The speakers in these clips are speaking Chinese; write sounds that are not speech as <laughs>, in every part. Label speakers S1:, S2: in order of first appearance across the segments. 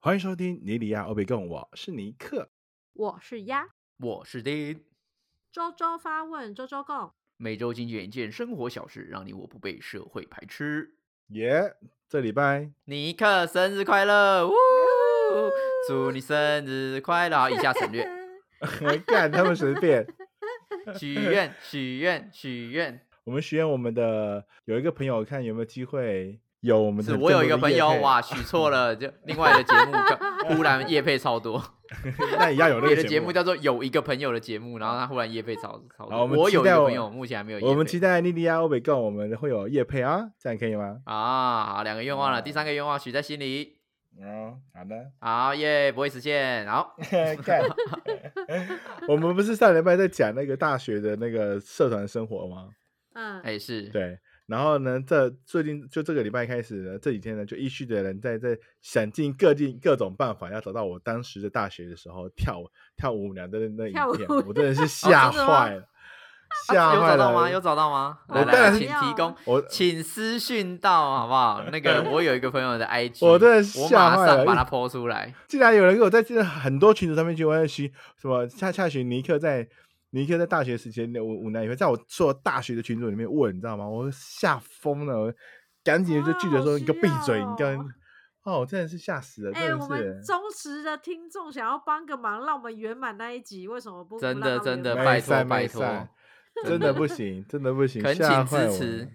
S1: 欢迎收听尼里亚欧比贡，我是尼克。
S2: 我是鸭。
S3: 我是丁，
S2: 周周发问，周周共。
S3: 每周精选一件生活小事，让你我不被社会排斥。
S1: 耶、这礼拜 <laughs>
S3: 尼克生日快乐！呜，祝你生日快乐！好以下省
S2: <laughs>
S3: 略，
S1: 嗯干他们随便。
S3: 许愿，许愿，许愿。
S1: 我们许愿我们的有一个朋友，看有没有机会有我们
S3: 是
S1: 的更
S3: 我
S1: 多的
S3: 有一
S1: 业配。
S3: 个朋友，哇，许错了，就另外的节目刚忽然夜配超多，
S1: <laughs> 那也要
S3: <laughs>
S1: 有那
S3: 别
S1: 个
S3: 的节目
S1: 目。
S3: 叫做有一个朋友的节目，然后他忽然夜配超超
S1: 好
S3: 多。
S1: 我们
S3: 我
S1: 期
S3: 有一个
S1: 待我哦
S3: 朋友目前还没有业配，
S1: 我们期待尼里亚欧比贡，我们会有夜配啊，这样可以吗？
S3: 啊，好两个愿望了，第三个愿望许在心里，
S1: 哦，好
S3: <laughs>
S1: 的。
S3: 好耶，不会实现，好。
S1: <laughs> 干， <laughs> 我们不是上礼拜在讲那个大学的那个社团生活吗？
S2: 嗯，
S3: 哎、是，
S1: 对，然后呢，这最近就这个礼拜开始呢，这几天呢，就依序的人在在想尽各尽各种办法，要找到我当时的大学的时候跳舞跳舞娘的那那
S2: 跳
S1: 影片，
S2: 舞
S1: 我真的是吓
S3: 真的吗
S1: 坏了，
S3: 啊
S1: 吓
S3: 有
S1: 坏
S3: 找到
S1: 了。
S3: 吗？有找到吗？
S2: 我
S3: 来
S1: 当
S3: 来
S1: 然
S3: 来，
S1: 是
S3: 请提供，
S1: 我
S3: 请私讯到好不好？那
S1: <laughs>
S3: 个我有一个朋友的 IG，
S1: 我真的
S3: 我
S1: 吓
S3: 马
S1: 坏了哎
S3: 上把它 PO 出来。
S1: 竟然有人给我在这很多群组上面去问询什么下下旬尼克在尼克在大学时期的五五男也会在我做大学的群组里面问，你知道吗？我吓疯了，我赶紧就拒绝说、
S2: 哇好
S1: 你给我闭嘴，
S2: 需要
S1: 你
S2: 哦
S1: 跟哦，我真的是吓死了，
S2: 哎、
S1: 真
S2: 我
S1: 的
S2: 们
S1: 是。
S2: 忠实的听众想要帮个忙，让我们圆满那一集，为什么不
S3: 真
S2: 不
S3: 的
S2: 让他们
S3: 真的
S1: 没
S2: 圆满
S3: 呃拜托
S1: 赛没
S3: 拜托 <laughs>
S1: 赛真的不行，真的不行，
S3: 恳
S1: 吓
S3: 请
S1: 坏
S3: 支
S1: 我
S3: 持
S1: 了。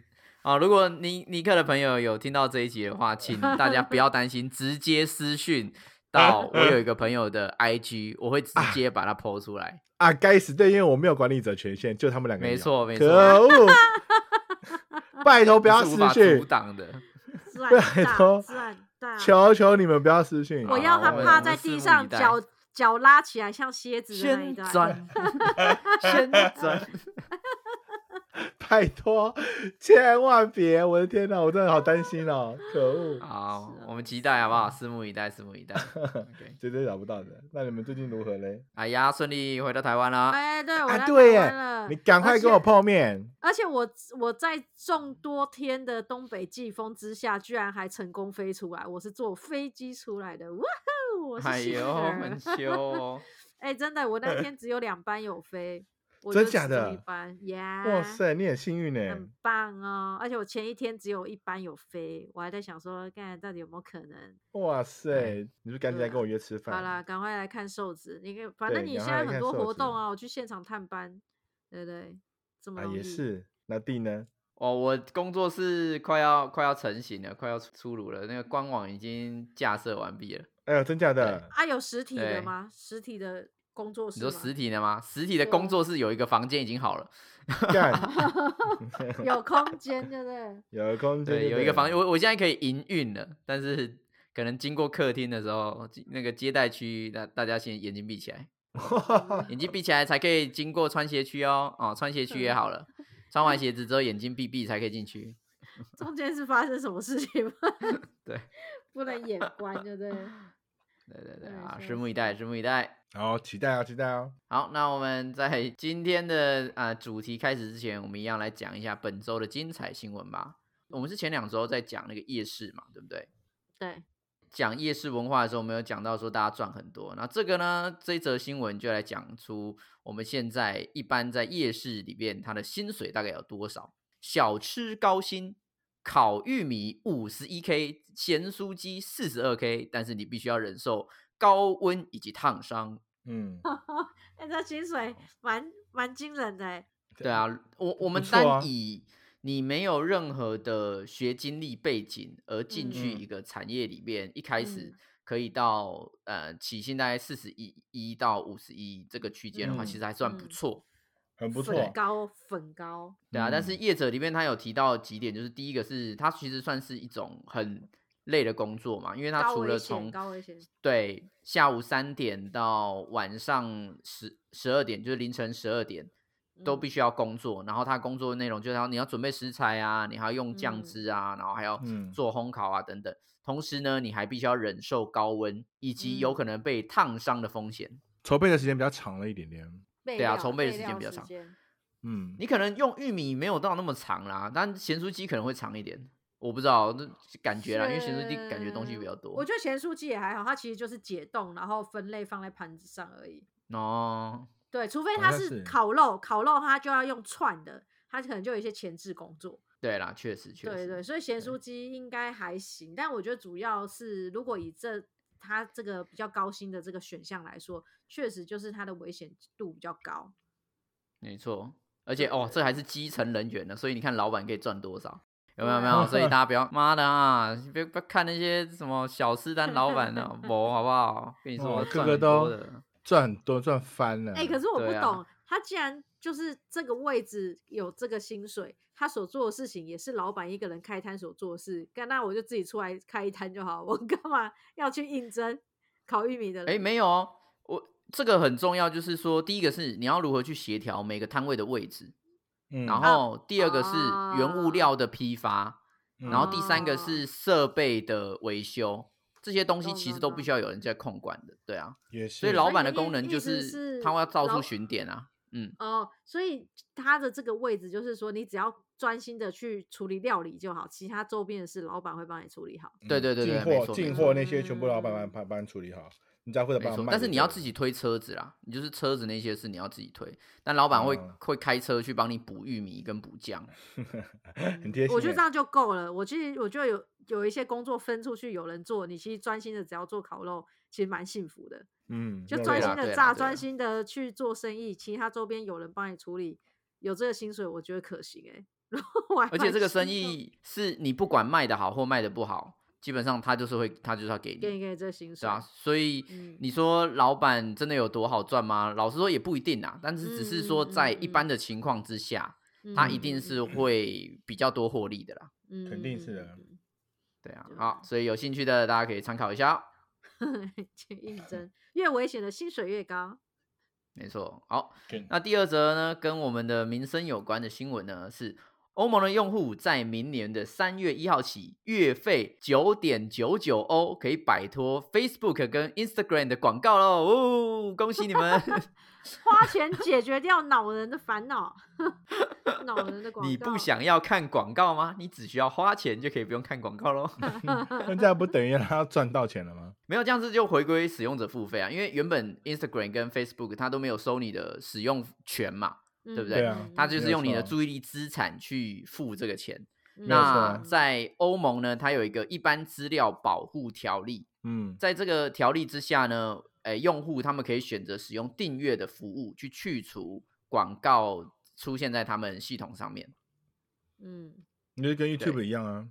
S3: 啊、如果尼尼克的朋友有听到这一集的话，请大家不要担心，直接私讯
S1: <laughs>
S3: 到我有一个朋友的 IG，我会直接把它 PO 出来。
S1: 啊！该死，对，因为我没有管理者权限，就他们两个人
S3: 没
S1: 有。
S3: 错没
S1: 哎可
S3: 错， <laughs>
S1: 恶！拜托不
S3: 不
S1: 要
S3: 无
S1: 私
S3: 法阻
S1: 讯，
S3: 挡的。
S2: 赚
S1: 拜托
S2: 大赚大！
S1: 求求你们不要私讯。
S2: 啊我要他
S3: 好啊我
S2: 趴
S3: 们拭
S2: 在
S3: 目
S2: 地
S3: 以
S2: 上，
S3: 待
S2: 脚脚拉起来像蝎子的那一
S3: 旋
S2: 段。
S3: 转，旋转，
S1: <laughs> 拜托，千万别！我的天哪，我真的好担心哦，
S3: <laughs>
S1: 可恶，
S3: 好
S2: 是，啊
S3: 我们期待好不好？拭目以待，拭目
S1: <laughs>
S3: 以待。OK，
S1: 绝对找不到的。那你们最近如何嘞？
S3: 哎呀，顺利回到台湾啦！
S2: 哎、对，我
S1: 啊
S2: 来台
S1: 对耶
S2: 湾了
S1: 你赶快跟我碰面！
S2: 而且我我在众多天的东北季风之下，居然还成功飞出来。我是坐飞机出来的，哇哦！我是
S3: 哎
S2: 幸运
S3: 呦，
S2: 儿 <laughs>
S3: 很羞哦。
S2: 哎、真的，
S1: <laughs>
S2: 我那天只有两班有飞，我
S1: 真
S2: 就
S1: 假
S2: 其中一
S1: 的
S2: 班呀
S1: 哇塞，你很幸运呢
S2: 很。棒哦！而且我前一天只有一班有飞，我还在想说，看到底有没有可能？
S1: 哇塞
S3: 哎，
S1: 你就赶紧来跟我约吃饭。
S2: 啊好啦，赶快来看瘦子，你看，反正
S1: 对
S2: 你
S1: 赶
S2: 现
S1: 快
S2: 在
S1: 来看
S2: 很多
S1: 瘦
S2: 活
S1: 子
S2: 动啊，我去现场探班，对不对？这么
S1: 啊，
S2: 容易、
S1: 也是。那弟呢？
S3: 哦，我工作室快要快要成型了，快要出出炉了，那个官网已经架设完毕了。
S1: 哎呦，真假的？
S2: 啊，有实体
S1: 哎
S2: 的
S3: 对
S2: 吗？实体的工作室
S3: 你
S2: 吗？
S3: 说实体的吗？实体的工作室有一个房间已经好了，
S1: <laughs> 干，哎
S2: 有空间，对不对？
S1: <laughs> 有空间
S3: 对，
S1: 就
S3: 有一个
S1: 了
S3: 房，我我现在可以营运了，但是可能经过客厅的时候，那个接待区，大大家先眼睛闭起来，
S2: 嗯
S3: 眼睛闭起来才可以经过穿鞋区哦。哦，穿鞋区也好了，穿完鞋子之后眼睛闭闭才可以进去。
S2: 中间是发生什么事情吗？ <laughs>
S3: 对，
S2: 不能眼观，对
S1: <laughs>
S2: 不对？
S3: 对对
S2: 对
S3: 对啊，
S2: 所
S3: 拭
S2: 以
S3: 目以待，拭目以待。
S1: <laughs> 好，期待哦，期待哦。
S3: 好，那我们在今天的啊、呃主题开始之前，我们一样来讲一下本周的精彩新闻吧。我们是前两周在讲那个夜市嘛，对不对？
S2: 对，
S3: 讲夜市文化的时候，我们有讲到说大家赚很多。那这个呢，这一则新闻就来讲出我们现在一般在夜市里面它的薪水大概有多少。小吃高薪，烤玉米五十一 k，咸酥鸡四十二 k，但是你必须要忍受高温以及烫伤。
S1: 嗯，
S2: 哎、这薪水蛮蛮惊人的欸，
S3: 对啊，我我们
S1: 错啊
S3: 单以你没有任何的学经历背景而进去
S1: 嗯
S3: 一个产业里面，一开
S2: 嗯
S3: 始可以到呃起薪大概四十一一到五十一这个区间的话，其
S1: 嗯
S3: 实还算不
S2: 嗯
S3: 错。
S1: 很不错。
S2: 粉高粉高，
S3: 对啊，但是
S1: 嗯
S3: 业者里面他有提到几点，就是第一个是它其实算是一种很累的工作嘛，因为它
S2: 高
S3: 除
S2: 危
S3: 了
S2: 险
S3: 从
S2: 高危险
S3: 对下午三点到晚上十十二点，就是凌晨十二点，都
S2: 嗯
S3: 必须要工作，然后他工作的内容就是要你要准备食材啊，你还要用酱
S2: 嗯
S3: 汁啊，然后还要
S1: 嗯
S3: 做烘烤啊等等。同时呢，你还必须要忍受高温以及有
S2: 嗯
S3: 可能被烫伤的风险。
S1: 筹备的时间比较长了一点点。
S2: 备
S3: 对啊
S2: 料
S3: 筹备的时
S2: 备
S3: 间
S2: 料
S3: 比较
S2: 时
S3: 长
S2: 间
S1: 嗯，
S3: 你可能用玉米没有到那么长啦，但咸酥鸡可能会长一点。我不知道，这感觉啦，因为咸酥鸡感觉东西比
S2: 是
S3: 较多。
S2: 我觉得咸酥鸡也还好，它其实就是解冻，然后分类放在盘子上而已。
S3: 哦，
S2: 对，除非
S1: 好
S2: 它
S1: 像
S2: 是
S1: 是
S2: 烤肉，烤肉它就要用串的，它可能就有一些前置工作。
S3: 对啦，确实确实，
S2: 对对，所以咸
S3: 对
S2: 酥鸡应该还行，但我觉得主要是如果以这它这个比较高薪的这个选项来说，确实就是它的危险度比较高。
S3: 没错。而且哦，这还是基层人员呢，所以你看老板可以赚多少，有没有？有没
S2: 对
S3: 有，所以大家不要妈的啊，你别不要看那些什么小吃摊老板的某好不好？跟你说，
S1: 哦
S3: 赚
S1: 个
S3: 很
S1: 个
S3: 多
S1: 都
S3: 的
S1: 赚很多，赚翻了。
S2: 哎、可是我不
S3: 对啊
S2: 懂，他既然就是这个位置有这个薪水，他所做的事情也是老板一个人开摊所做的事，干那我就自己出来开一摊就好，我干嘛要去应征烤玉米的
S3: 哎，
S2: 人？
S3: 没有哦，我这个很重要，就是说，第一个是你要如何去协调每个摊位的位置，
S1: 嗯
S3: 然后第二个是原物料的批发，
S1: 嗯
S3: 然后第三个
S2: 哦
S3: 是设备的维修，这些东西
S2: 懂
S3: 其实都
S2: 懂
S3: 必
S2: 懂
S3: 须要有人在控管的，对啊，
S1: 也是，
S3: 所以老
S2: 所
S3: 板
S2: 以
S3: 的
S2: 意
S3: 功能就
S2: 意思
S3: 是
S2: 是
S3: 他会要到
S2: 老
S3: 处巡点啊，嗯，
S2: 哦，所以他的这个位置就是说，你只要专心的去处理料理就好，其他周边的事老板会帮你处理好。
S3: 对对对对
S1: 嗯进
S3: 没
S1: 货
S3: 错
S1: 进
S3: 没
S2: 错
S1: 货那些全部老板
S2: 嗯
S1: 帮帮帮你处理好，你再或者
S3: 没
S1: 帮我
S3: 错，
S1: 卖。
S3: 但是你要自己，推车子啦，你就是车子那些是你要自己推，但老板会
S1: 嗯
S3: 会开车去帮你补玉米跟补
S2: <laughs>
S3: 酱，
S1: 很贴心。
S2: 我觉得这样就够了。我其实我觉得有有一些工作分出去有人做，你其实专心的只要做烤肉，其实蛮幸福的。
S1: 嗯，
S2: 就
S1: 那我
S2: 专
S1: 也
S3: 对啦
S1: 是
S2: 心的
S3: 啦
S2: 炸，
S3: 对啦
S2: 专心的去做生意，其他周边有人帮你处理，有这个薪水，我觉得可行哎、欸。 <laughs> 然后我还
S3: 而且
S2: 蛮
S3: 这个生
S2: 心动
S3: 意是你不管卖的好或卖的不好，基本上他就是会他就是要给
S2: 给你
S3: 你，
S2: 给你这个薪
S3: 对
S2: 水
S3: 啊，所以
S2: 嗯
S3: 你说老板真的有多好赚吗？老实说也不一定啊，但是只是说
S2: 嗯嗯
S3: 在
S2: 嗯
S3: 一般的情况之下，他一定是会比较多获利的啦，
S1: 肯定是的。
S2: 嗯
S3: 对啊
S2: 对，
S3: 好，所以有兴趣的大家可以参考一下哦。
S2: 嗯 <laughs> 嗯去
S3: <laughs>
S2: 应征，越危险的薪水越高。
S3: 没错，好，
S1: 跟
S3: 那第二则呢，跟我们的民生有关的新闻呢，是欧盟的用户在明年的三月一号起，月费九点九九欧可以摆脱 Facebook 跟 Instagram 的广告喽！哦，恭喜你们！
S2: 花钱解决掉恼人的烦恼， <laughs> 恼人的 <laughs> 广告。
S3: 你不想要看广告吗？你只需要花钱就可以不用看广告
S2: <laughs>
S3: 喽。
S1: <laughs> 那这样不等于让他赚到钱了吗？
S3: 没有这样子就回归使用者付费啊，因为原本 Instagram 跟 Facebook 它都没有收你的使用权嘛，
S2: 嗯，
S3: 对不
S1: 对啊
S2: 嗯
S3: 它就是
S1: 没有
S3: 用你的
S1: 错
S3: 注意力资产去付这个钱。
S2: 嗯
S1: 没有
S3: 那
S1: 错啊
S3: 在欧盟呢，它有一个一般资料保护条例，
S1: 嗯，
S3: 在这个条例之下呢，诶，用户他们可以选择使用订阅的服务去去除广告出现在他们系统上面。
S2: 嗯
S1: 你就跟 YouTube
S3: 对
S1: 一样啊。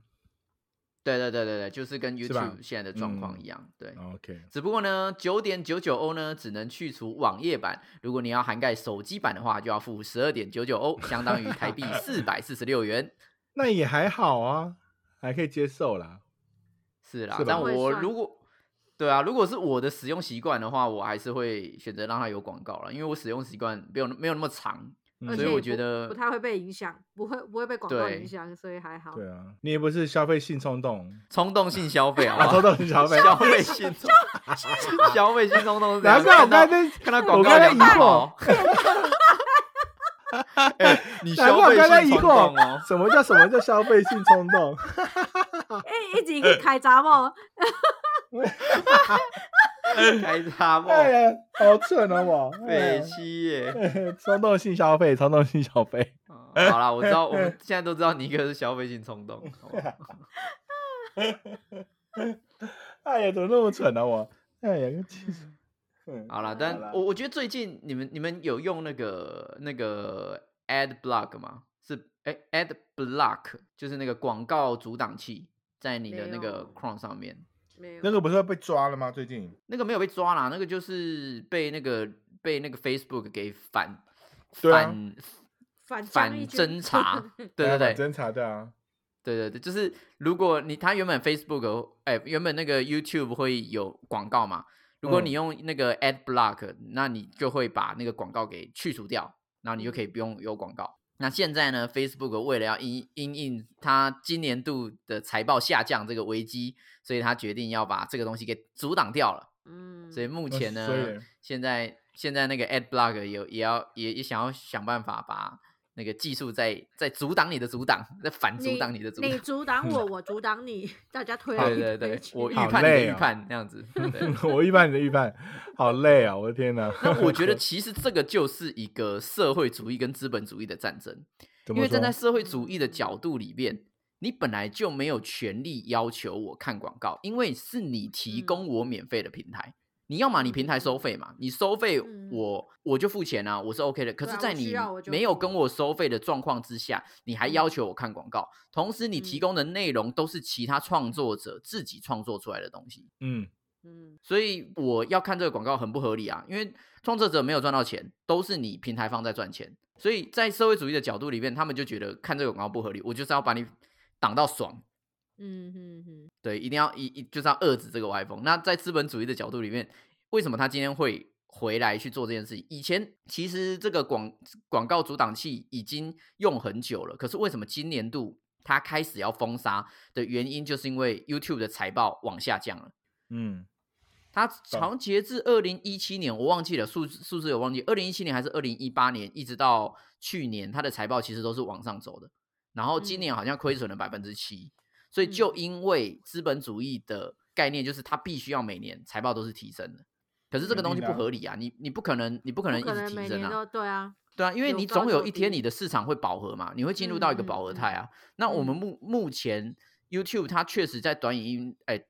S3: 对对对对对，就是跟
S1: 是吧
S3: YouTube 现在的状况
S1: 嗯
S3: 一样，对。
S1: OK，
S3: 只不过呢，九点九九欧呢，只能去除网页版。如果你要涵盖手机版的话，就要付十二点九九欧，相当于台币四百四十六元。
S1: 那也还好啊，还可以接受啦。
S3: 是啦，
S1: 是吧
S3: 但
S2: 不会
S3: 我
S2: 算
S3: 如果对啊，如果是我的使用习惯的话，我还是会选择让它有广告了，因为我使用习惯没有没有那么长，
S1: 嗯
S2: 而
S3: 所以
S2: 且
S3: 我
S2: 也
S3: 觉
S2: 不
S3: 得
S2: 不太会被影响，不会不会被广告
S3: 对
S2: 影响，所以还好。
S1: 对啊，你也不是消费性冲动，
S3: 冲动性消费好不
S1: 啊，
S3: 好
S1: 冲动
S3: <laughs>
S1: 性消费。
S3: 消费性冲
S2: <laughs>
S3: 消费性冲动是怎样，
S1: 难怪我刚
S3: 看到
S1: 才
S3: 看到广
S1: 我
S3: 告
S1: 刚才
S3: 两
S1: 疑
S3: 百
S1: 惑
S3: 毛，，哎、
S2: <laughs>
S3: 你
S1: 难
S3: 消
S1: 怪我
S3: 费
S1: 刚才疑
S3: 性冲动哦
S1: 惑，。什么叫什么叫消费性冲动？
S2: 一一直一个
S1: <laughs>
S2: 开闸嘛，
S3: 开
S1: <laughs>
S3: 叉帽
S1: 哎呀，哎好蠢啊我！哎
S3: 废弃耶！
S1: 冲动性消费，冲动性消费。
S3: 好啦，我知道，我们
S1: <laughs>
S3: 现在都知道你一个是消费性冲动，好吧
S1: 哎呀，怎么那么蠢啊我？哎呀，其实， <laughs> 嗯，
S3: 好了，但
S1: 啦
S3: 我我觉得最近你们你们有用那个那个 ad block 吗？是哎、ad block 就是那个广告阻挡器，在你的
S2: 没
S3: 那个
S2: 有
S3: Chrome 上面，
S2: 没有
S1: 那个不是被抓了吗？最近
S3: 那个没有被抓啦，那个就是被那个被那个 Facebook 给反
S1: 对啊
S3: 反
S2: 反将一
S3: 反侦
S2: 军
S3: 查，对
S1: 哎
S3: 对对，
S1: 侦查对啊， <laughs>
S3: 对对对，就是如果你他原本 Facebook 哎、原本那个 YouTube 会有广告嘛，如果你
S1: 嗯
S3: 用那个 Ad Block，那你就会把那个广告给去除掉，然后你就可以不用有广告。那现在呢，Facebook 为了要因因应它今年度的财报下降这个危机，所以他决定要把这个东西给阻挡掉了。
S2: 嗯，
S3: 所以目
S1: 那
S3: 前
S1: 所
S3: 呢，
S1: 以
S3: 现在现在那个 Ad Block 有也要也也想要想办法把那个技术在在阻挡你的阻挡，在反阻挡你的阻挡
S2: 你。阻挡我，我阻挡你，大家推来
S3: 对对
S2: 推
S3: 对，
S2: 去
S3: 我预
S1: 好
S3: 判你的
S1: 累
S3: 预
S1: 哦
S3: 判那样子。对
S1: 我预判你的预判，好累啊！我的天哪，
S3: <laughs> 那我觉得其实这个就是一个社会主义跟资本主义的战争，因
S1: 怎么
S3: 为
S1: 说
S3: 站？在社会主义的角度里面，你本来就没有权利要求我看广告，因为是你提
S2: 嗯
S3: 供我免费的平台。你要嘛，你平台收费嘛，你收费
S2: 嗯
S3: 我我就付钱啊，我是 OK 的。可
S2: 对
S3: 是，
S2: 啊
S3: 在
S2: 我需
S3: 你
S2: 要我就
S3: 没有
S2: 付
S3: 跟我收费的状况之下，你还要求我看广告，同时你提
S2: 嗯
S3: 供的内容都是其他创作者自己创作出来的东西，
S1: 嗯，
S2: 嗯
S3: 所以我要看这个广告很不合理啊，因为创作者没有赚到钱，都是你平台方在赚钱。所以在社会主义的角度里面，他们就觉得看这个广告不合理，我就是要把你挡到爽，
S2: 嗯嗯嗯，
S3: 对，一定要一一就是要遏制这个歪风。那在资本主义的角度里面，为什么他今天会回来去做这件事情？以前其实这个广广告阻挡器已经用很久了，可是为什么今年度他开始要封杀的原因，就是因为 YouTube 的财报往下降了。
S1: 嗯， <laughs>
S3: 它好像截至二零一七年，我忘记了数字数字有忘记，二零一七年还是二零一八年，一直到去年，它的财报其实都是往上走的。然后今
S2: 嗯
S3: 年好像亏损了百分之七，所以就
S2: 嗯
S3: 因为资本主义的概念，就是它必须要每年财报都是提升的。可是这个
S1: 肯
S3: 东西
S1: 定
S3: 不
S1: 的啊
S3: 合理啊！你你不可能，你不可能
S2: 不
S3: 一
S2: 可
S3: 直
S2: 能每
S3: 提升
S2: 年
S3: 啊！
S2: 都对啊，
S3: 对啊，因为
S2: 有
S3: 你
S2: 高
S3: 总有
S2: 有
S3: 一天
S2: 低
S3: 你的市场会饱和嘛，你会进入到一个
S2: 嗯
S3: 饱和
S2: 嗯
S3: 态啊。那我们
S2: 嗯
S3: 目目前 YouTube 它确实在短影音，哎、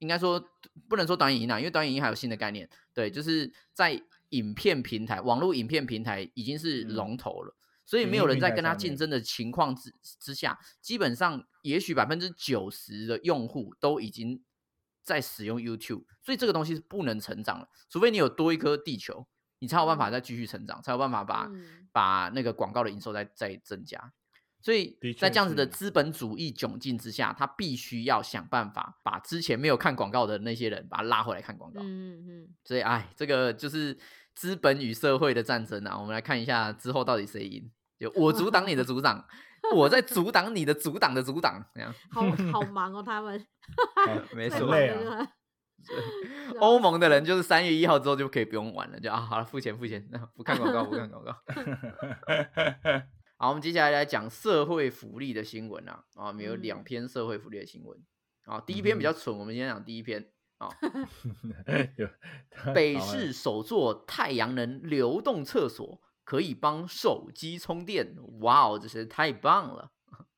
S3: 应该说不能说短影音啊，因为短影音还有新的概念，对，就是在影片平台、网络影片平台已经是
S1: 嗯
S3: 龙头了。所以
S1: 影
S3: 没有
S1: 音
S3: 人
S1: 平
S3: 在
S1: 台
S3: 跟它
S1: 上
S3: 竞
S1: 面
S3: 争的情况之之下，基本上也许百分之九十的用户都已经在使用 YouTube，所以这个东西是不能成长了，除非你有多一颗地球，你才有办法
S2: 嗯
S3: 再继续成长，才有办法把、
S2: 嗯
S3: 把那个广告的营收再再增加。所以
S1: 的
S3: 在
S1: 确
S3: 这样子的
S1: 是
S3: 资本主义窘境之下，他必须要想办法把之前没有看广告的那些人把他拉回来看广告。
S2: 嗯
S3: <laughs>
S2: 嗯
S3: 所以，哎，这个就是资本与社会的战争啊！我们来看一下之后到底谁赢。就我阻挡你的阻挡，我在阻挡你的阻挡的阻挡，这样。
S2: 嗯，好好忙哦，他们
S1: 好
S3: <laughs> 没
S2: 最
S3: 错
S2: 忙
S1: 累
S2: 的
S1: 啊
S2: 就是 <laughs> 是啊
S3: 欧盟的人就是三月一号之后就可以不用玩了，就啊，好了，付钱付钱， <laughs> 不看广告不看广告。 <laughs> 好，我们接下来来讲社会福利的新闻啊，啊，我们有两
S2: 嗯
S3: 篇社会福利的新闻啊，第一篇比较蠢，我们先讲第一篇啊，
S1: 有
S3: 北
S1: 好啊
S3: 市首座太阳能流动厕所可以帮手机充电，哇哦，这是太棒了！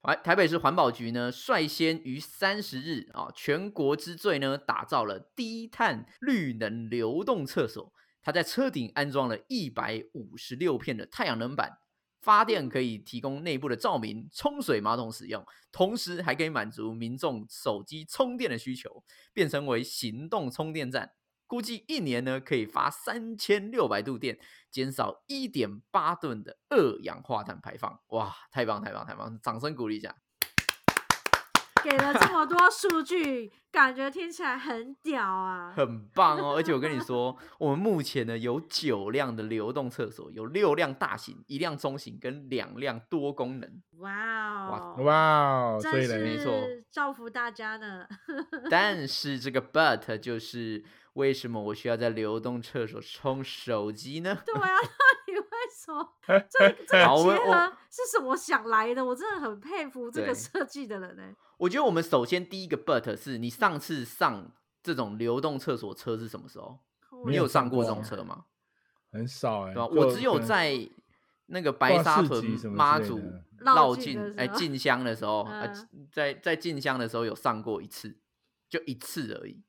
S3: 台台北市环保局呢，率先于三十日啊，全国之最呢，打造了低碳绿能流动厕所。它在车顶安装了一百五十六片的太阳能板，发电可以提供内部的照明、冲水马桶使用，同时还可以满足民众手机充电的需求，变成为行动充电站。估计一年呢可以发三千六百度电，减少一点八吨的二氧化碳排放。哇，太棒太棒太棒！掌声鼓励一下。
S2: 啊给了这么多数据，感觉听起来很屌啊。
S3: 很棒哦！而且我跟你说，我们目前呢有九辆的流动厕所，有六辆大型、一辆中型跟两辆多功
S1: <laughs>
S3: 能。
S2: 哇哦，
S3: 啊
S1: 哇哦，所
S2: 真
S1: 以呢，
S3: 没错
S2: 是造福大家呢。 <laughs>
S3: 但是这个 but 就是为什么我需要在流动厕所充手机呢？
S2: 对
S3: <laughs>
S2: 啊，那你为什么这个这
S3: 好
S2: 个
S3: 我们
S2: 结
S3: 我
S2: 合是什么想来的？我真的很佩服这
S3: 对
S2: 个设计的人呢、
S3: 我觉得我们首先第一个 but 是你上次上这种流动厕所车是什么时候？
S2: 我
S1: 没
S3: 你
S1: 有
S3: 有上
S1: 上
S3: 过这种
S1: 过啊
S3: 车吗？
S1: 很少哎，
S3: 对吧？啊
S1: 就
S3: 我只有
S1: 可能
S3: 在那个白
S1: 逛
S3: 沙
S1: 市
S3: 屯
S1: 集什么
S3: 妈
S1: 之类
S3: 祖
S1: 的
S3: 绕
S2: 绕境
S3: 境
S2: 的时
S3: 哎
S2: 候
S3: 进香的时候，啊
S2: 嗯
S3: 进在在进香的时候有上过一次，就一次而已。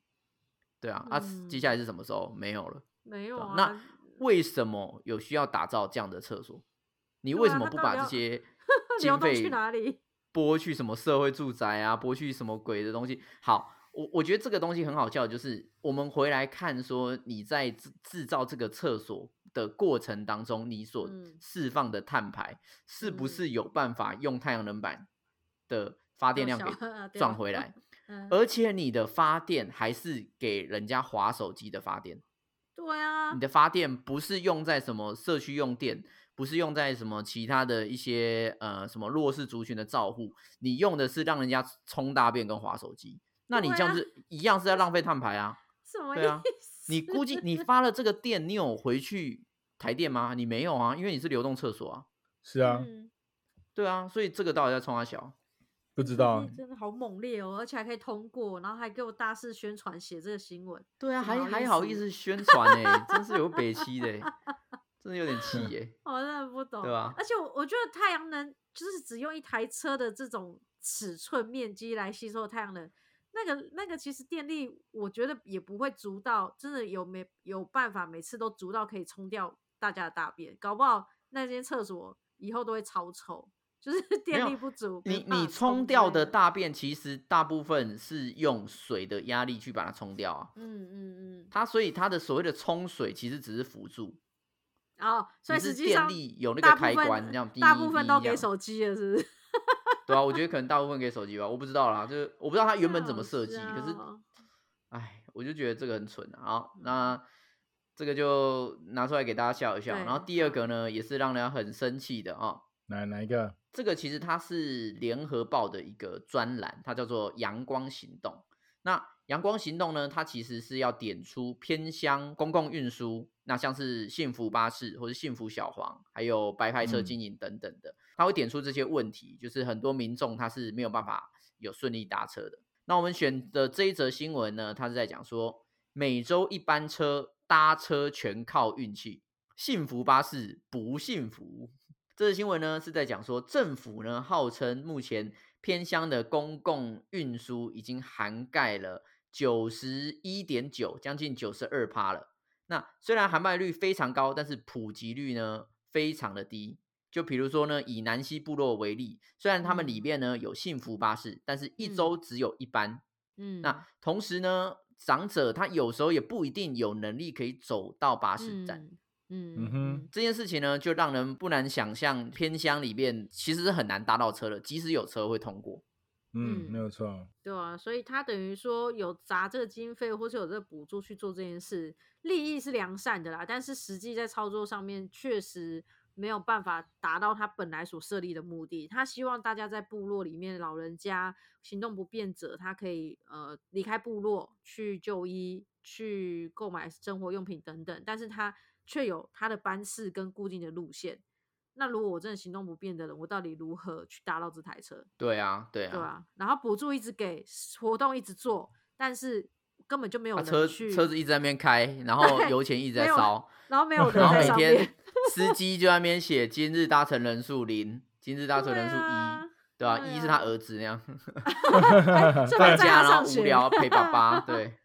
S3: 对啊，啊，接下来是什么时候？没有了。
S2: 没有
S3: 对吧
S2: 啊。
S3: 那为什么有需要打造这样的厕所？你
S2: 对
S3: 为
S2: 啊
S3: 什么
S2: 它
S3: 不
S2: 到
S3: 把
S2: 底
S3: 这些
S2: 要 <laughs> 流
S3: 经
S2: 动
S3: 费
S2: 去哪里 <laughs>
S3: 拨去什么社会住宅啊，拨去什么鬼的东西？好，我我觉得这个东西很好笑，就是我们回来看说你在制制造这个厕所的过程当中，你所
S2: 嗯
S3: 释放的碳排、是不
S2: 嗯
S3: 是有办法用太阳能板的发电量
S2: 小
S3: 给
S2: <laughs> 对
S3: 赚
S2: 啊
S3: 回呃来？
S2: 嗯，
S3: 而且你的发电还是给人家划手机的发电。
S2: 对啊
S3: 你，的发电不是用在什么社区用电，不是用在什么其他的一些呃什么弱势族群的照护，你用的是让人家冲大便跟划手机，那你
S2: 对
S3: 这样
S2: 啊
S3: 子、一样是在浪费碳排 <laughs> 啊。
S2: 什么意
S3: 对啊
S2: 思？
S3: 你估计你发了这个电，你有回去台电吗？你没有啊，因为你是流动厕所啊。
S1: 是啊，
S2: 嗯
S3: 对啊，所以这个到底在冲他小？
S1: 不知道
S2: 可是真的好猛烈哦，而且还可以通过，然后还给我大肆宣传写这个新闻，
S3: 对啊，
S2: 真
S3: 还
S2: 好
S3: 还
S2: 意
S3: 好
S2: 思
S3: 意思宣传呢、真 <laughs> 是有北七的欸、真的有点气耶、
S2: 我真的哦不懂。
S3: 对啊吧
S2: 而且我我觉得太阳能就是只用一台车的这种尺寸面积来吸收太阳能，那个那个其实电力我觉得也不会足到，真的有没有办法每次都足到可以冲掉大家的大便，搞不好那间厕所以后都会超臭，就是 <laughs> 电
S3: 有
S2: 力不足。没
S3: 你
S2: 办
S3: 你
S2: 法冲
S3: 冲
S2: 之
S3: 掉
S2: 类
S3: 的，大便，其实大部分是用水的压力去把它冲掉啊。
S2: 嗯嗯
S3: 它所以它的所谓的冲水其实只是辅助，
S2: 嗯，哦，所以
S3: 你是
S2: 实际
S3: 电
S2: 上
S3: 力有那
S2: 大
S3: 个
S2: 部
S3: 开
S2: 分
S3: 关，这样
S2: 大
S3: 滴
S2: 部分
S3: 滴
S2: 都
S3: 这
S2: 给
S3: 样
S2: 手机了，是不是？
S3: 对啊，我觉得可能大部分给手机吧，我不知道啦，就是我不知道它原本怎么
S2: 好
S3: 设计，可是
S2: 笑，
S3: 哎，我就觉得这个很蠢啊。好，那这个就拿出来给大家笑一笑。然后
S2: 对
S3: 第二
S2: 好
S3: 个呢，也是让人家很生气的啊、
S1: 哪哪一个？
S3: 这个其实它是联合报的一个专栏，它叫做《阳光行动》。那阳光行动呢，它其实是要点出偏乡公共运输，那像是幸福巴士或是幸福小黄，还有白牌车
S1: 嗯
S3: 经营等等的，它会点出这些问题，就是很多民众他是没有办法有顺利搭车的。那我们选的这一则新闻呢，它是在讲说，每周一班车搭车全靠运气，幸福巴士不幸福。这则新闻呢是在讲说，政府呢号称目前偏乡的公共运输已经涵盖了九十一点九，将近九十二趴了。那虽然涵盖率非常高，但是普及率呢非常的低。就比如说呢，以南溪部落为例，虽然他们里
S2: 嗯
S3: 面呢有幸福巴士，但是一
S2: 嗯
S3: 周只有一班，
S2: 嗯，
S3: 那同时呢，长者他有时候也不一定有能力可以走到巴士站。
S2: 嗯，
S1: 嗯
S2: 嗯
S1: 哼，
S3: 这件事情呢，就让人不难想象，偏乡里面其实是很难搭到车的，即使有车会通过。
S1: 嗯，
S2: 嗯
S1: 没有错。
S2: 对啊，所以他等于说有砸这个经费，或是有这个补助去做这件事，利益是良善的啦，但是实际在操作上面确实没有办法达到他本来所设立的目的。他希望大家在部落里面，老人家行动不便者，他可以呃离开部落去就医、去购买生活用品等等，但是他却有他的班次跟固定的路线。那如果我真的行动不便的人，我到底如何去搭到这台车？
S3: 对啊，对
S2: 对
S3: 啊，
S2: 啊，然后补助一直给，活动一直做，但是根本就没有
S3: 啊
S2: 人
S3: 车
S2: 去，
S3: 车子一直在那边开，然后油钱一直在
S2: 没有
S3: 烧，
S2: 然后没有人
S3: 然后
S2: 在
S3: 每
S2: 上
S3: 天
S2: 面，
S3: 司机就在那边写今日搭乘人数零，今
S2: <laughs>
S3: 日搭乘
S2: 对
S3: 人数
S2: 啊
S3: 一，对啊，
S2: 对
S3: 一是他
S2: 啊
S3: 儿子那样。
S2: 这
S3: 放
S2: 边载
S3: 假
S2: 他
S3: 然后
S2: 上
S3: 无
S2: 学，
S3: 聊陪爸
S2: <laughs>
S3: 爸，对，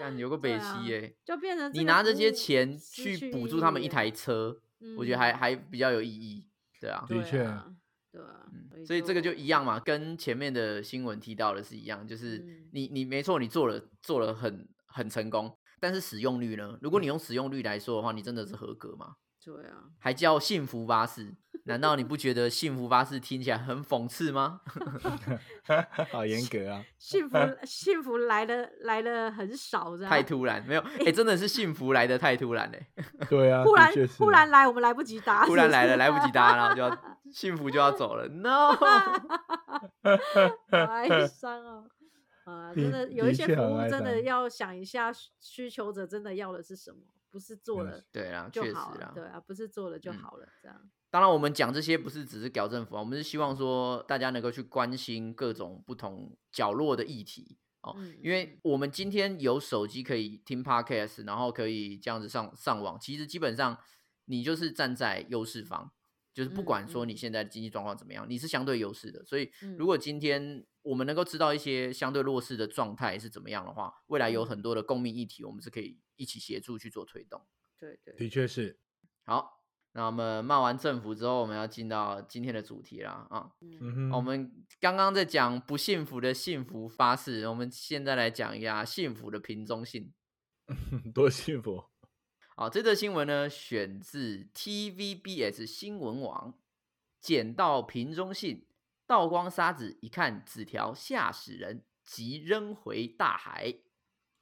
S3: 干有个
S2: 对
S3: 北
S2: 啊
S3: 西耶、
S2: 就变成
S3: 你
S2: 个
S3: 拿这
S2: 服
S3: 些
S2: 务
S3: 钱
S2: 失
S3: 去
S2: 去
S3: 补
S2: 意
S3: 助他们
S2: 义
S3: 一
S2: 了
S3: 台车，我觉得 <laughs> 还
S2: 嗯
S3: 还比较有意义，对啊。
S1: 的
S2: 对
S1: 确
S2: 啊对啊
S3: 嗯，所以这个就一样嘛，跟前面的新闻提到的是一样，就是
S2: 嗯
S3: 你你没错，你做了做了很很成功，但是使用率呢？如果你用使用率来说的话，你真的是合格吗？
S2: 就对啊，
S3: 还叫幸福巴士？难道你不觉得幸福巴士听起来很讽刺吗？
S1: 好严格啊！
S2: 幸福幸福来的来的很少，这样
S3: 太突然，没有，
S2: <laughs>
S3: 哎、真的是幸福来的太突然嘞、
S1: <laughs> 对啊，
S2: 忽
S1: 的
S2: 然
S1: 确是
S2: 忽然来，我们来
S3: <laughs>
S2: 不及答，
S3: 突
S2: 是
S3: 然
S2: 不
S3: 来
S2: 是
S3: 了，来不及搭，然后就
S2: <laughs>
S3: 要幸福就要走了，no，
S1: <laughs>
S2: 好哀伤哦。啊，真
S1: 的
S2: 的有一
S1: 的
S2: 些
S1: 确
S2: 服
S1: 很
S2: 务
S1: 哀
S2: 真的
S1: 伤
S2: 要想一下需需求者真的要的是什么，不是做
S1: 没
S2: 了
S3: 对啦，
S2: 就
S3: 确实
S2: 好
S3: 啦
S2: 了，。对啊，不是做了就
S3: 嗯
S2: 好了，这样。
S3: 当然，我们讲这些不是只是搞政府啊，我们是希望说大家能够去关心各种不同角落的议题哦，
S2: 嗯
S3: 因为我们今天有手机可以听 podcast，然后可以这样子上上网，其实基本上你就是站在优势方，就是不
S2: 嗯
S3: 管说你
S2: 嗯
S3: 现在的经济状况怎么样，你是相对优势的。所以如
S2: 嗯
S3: 果今天我们能够知道一些相对弱势的状态是怎么样的话，未来有
S2: 嗯
S3: 很多的共鸣议题，我们是可以一起协助去做推动。
S2: 对对
S1: 的确是，
S3: 好，那我们骂完政府之后，我们要进到今天的主题啦啊！
S1: 嗯
S2: 嗯
S1: 哼，
S3: 我们刚刚在讲不幸福的幸福巴士，我们现在来讲一下幸福的瓶中信。
S1: <laughs> 多幸福，
S3: 好，这则新闻呢，选自 TVBS 新闻网，捡到瓶中信，倒光沙子，一看纸条吓死人，即扔回大海。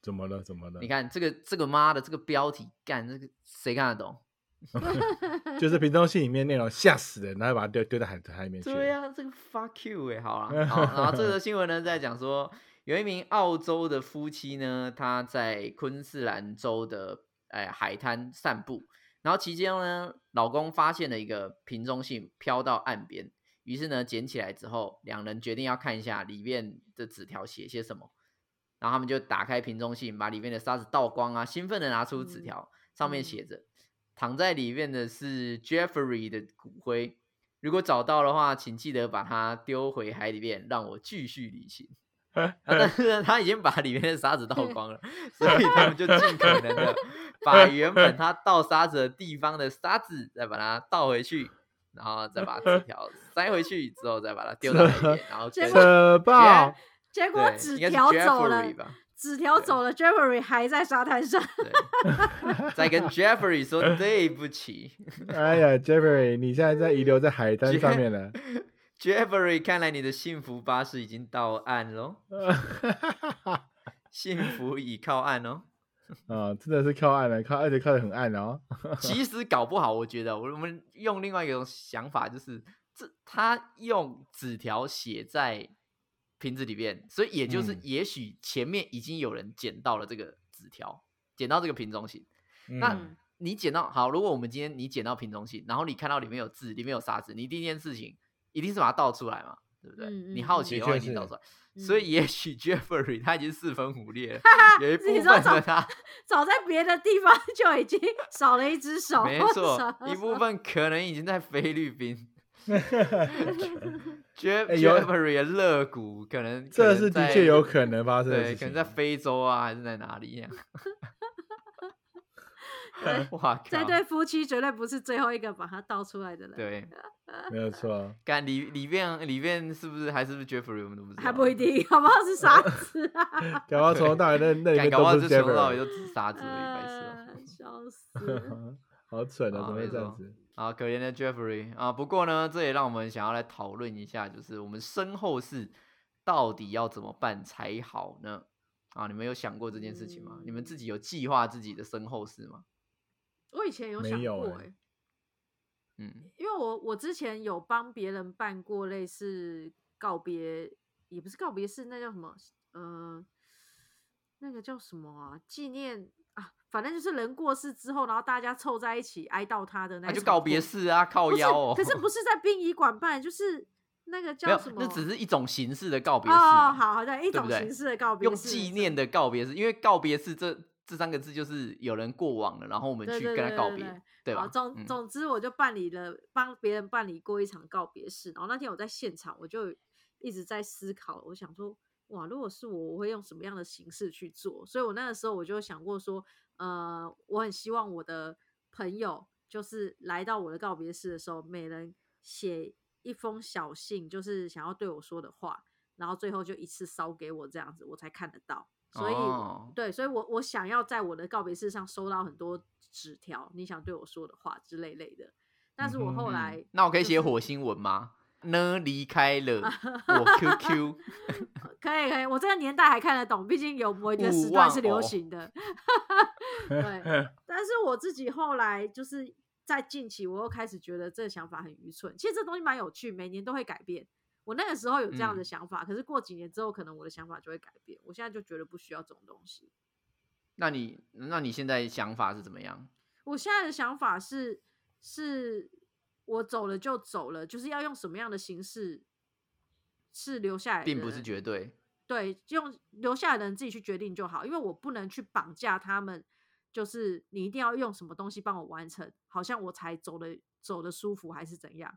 S1: 怎么了？怎么了？
S3: 你，看这个这个妈的这个标题，干这个谁看得懂？
S1: 就是瓶中信里面内容吓死人，然后把它丢丢到海海里面去。
S3: 对呀、这个 fuck you 哎、好
S1: <laughs>
S3: 了，好，然后这则新闻呢在讲说，有一名澳洲的夫妻呢，他在昆士兰州的哎海滩散步，然后期间呢，老公发现了一个瓶中信飘到岸边，于是呢，捡起来之后，两人决定要看一下里面的纸条写些什么。然后他们就打开瓶中信，把里面的沙子倒光啊，兴奋的拿出纸
S2: 嗯
S3: 条，上面
S2: 嗯
S3: 写着：“躺在里面的是 Jeffrey 的骨灰，如果找到的话，请记得把它丢回海里面，让我继续旅行。”
S2: <laughs>
S3: 啊但是呢，他已经把里面的沙子倒光了，所以他们就尽可能的把原本他倒沙子的地方的沙子再把它倒回去，然后再把
S2: <laughs>
S3: 纸条塞回去，之后再把它丢到海里面，然后
S2: 结
S3: 跟
S2: 果
S1: 扯爆！
S2: 结果
S3: 对
S2: 纸
S3: 应该是
S2: 条走
S3: Jeffrey
S2: 了，
S3: 吧，
S2: 纸条
S3: 对
S2: 走了，Jeffrey 还在沙滩上。
S3: 对，
S2: <laughs>
S3: 再跟 Jeffrey 说对不起。
S1: <laughs> 哎呀，Jeffrey，你现在在遗留在海滩上面了。
S3: <laughs> Jeffrey，看来你的幸福巴士已经到岸喽，
S1: <laughs>
S3: 幸福已靠岸哦。
S1: 啊，真的是靠岸了，靠，而且靠得很暗哦。
S3: 其实搞不好，我觉得我们用另外一种想法，就是这他用纸条写在瓶子里面，所以也就是
S1: 嗯
S3: 也许前面已经有人捡到了这个纸条，捡到这个瓶中信。那
S1: 嗯
S3: 你捡到好，如果我们今天你捡到瓶中信，然后你看到里面有字，里面有沙子，你第一件事情一定是把它倒出来嘛，对不对？
S2: 嗯
S3: 你
S2: 嗯
S3: 好
S2: 嗯
S3: 奇
S1: 的
S3: 的话，
S1: 确
S3: 一定倒
S1: 是
S3: 出来。所以
S2: 嗯
S3: 也许 Jeffrey 他已经四分五裂了， <laughs> 有一部
S2: 你
S3: 分
S2: 说
S3: 的
S2: 早
S3: 他。
S2: <laughs> 早在别的地方就已经少了一只手，
S3: 没
S2: 少
S3: 错，一
S2: 了
S3: 部分可能已经在菲律宾。Jeff
S1: 哎有
S3: Jeffrey 的肋骨可能可
S1: <laughs> 这
S3: 能
S1: 是的
S3: 在
S1: 确有可能发生的
S3: 对，
S1: 事
S3: 可能
S1: 情。
S3: 在非洲啊，还是在哪里呀、
S2: <laughs>
S3: <laughs>
S2: 对
S3: 哇靠！
S2: <laughs> 这对夫妻绝对不是最后一个把它倒出来的人，，
S3: 对，
S1: 没
S3: <laughs>
S1: 有错，
S3: 干里里面里面是不是还是不是 Jeffrey？我们都不知道，
S2: 还不一。定，好不好
S3: <laughs>
S2: 是傻子啊？
S1: 搞不好从头到尾那那里
S3: 干
S1: 面
S3: 搞不
S1: 都
S3: 好就
S1: 不
S3: 是从头到尾
S1: Jeffrey，
S3: 就只杀之类，白痴哦。
S2: 呃笑死！ <laughs>
S1: <laughs> 好蠢啊！
S3: 啊
S1: 怎么
S3: 没
S1: 会这样
S3: 错
S1: 子？
S3: 啊，可怜的 Jeffrey 啊！不过呢，这也让我们想要来讨论一下，就是我们身后事到底要怎么办才好呢？啊，你们有想过这件事情
S2: 嗯
S3: 吗？你们自己有计划自己的身后事吗？
S2: 我以前有
S1: 没
S2: 想
S1: 有
S2: 过、
S3: 哎
S1: 欸
S2: 欸，
S3: 嗯，
S2: 因为我我之前有帮别人办过类似告别，也不是告别式，那叫什么？呃，那个叫什么啊？纪念啊，反正就是人过世之后，然后大家凑在一起哀悼他的那、
S3: 那、啊就告别。式啊，靠
S2: 不是
S3: 腰哦。
S2: 可是
S3: <laughs>
S2: 不是在殡仪馆办，就是那个
S3: 没
S2: 叫
S3: 有
S2: 什，么？
S3: 那只是一种形式的告别式
S2: 哦，
S3: 嘛，
S2: 好好的一
S3: 对
S2: 种
S3: 不对
S2: 形式的告别式，
S3: 用纪念的告别式，因为告别式这这三个字就是有人过往了，然后我们
S2: 对
S3: 去
S2: 对
S3: 跟他
S2: 对
S3: 告
S2: 对
S3: 别，对
S2: 对好，
S3: 吧？
S2: 总
S3: 嗯
S2: 总之，我就办理了帮别人办理过一场告别式，然后那天我在现场，我就一直在思考，我想说，哇，如果是我，我会用什么样的形式去做？所以我那个时候我就想过说，呃，我很希望我的朋友就是来到我的告别式的时候，每人写一封小信，就是想要对我说的话，然后最后就一次烧给我，这样子我才看得到。所以
S3: 哦
S2: 对，所以我我想要在我的告别式上收到很多纸条，你想对我说的话之类类的。但是我
S1: 嗯哼
S2: 后
S3: 嗯
S2: 来、
S3: 那我可以
S2: 就
S3: 写
S2: 是
S3: 火星文吗？呢离开了我
S2: <laughs>
S3: QQ。
S2: 可以可以，我这个年代还看得懂，毕竟有某一个时
S3: 勿
S2: 段
S3: 忘
S2: 是
S1: 哦
S2: 流
S3: 偶
S2: 行的。 <laughs> 对，
S1: <laughs>
S2: 但是我自己后来就是在近期，我又开始觉得这个想法很愚蠢。其实这东西蛮有趣，每年都会改变。我那个时候有这样的
S3: 嗯
S2: 想法，可是过几年之后，可能我的想法就会改变。我现在就觉得不需要这种东西。
S3: 那你那你现在想法是怎么样？
S2: 我现在的想法是，是我走了就走了，就是要用什么样的形式是留下来的人，
S3: 并不是绝对，
S2: 对，用留下来的人自己去决定就好，因为我不能去绑架他们，就是你一定要用什么东西帮我完成，好像我才走的走的舒服还是怎样。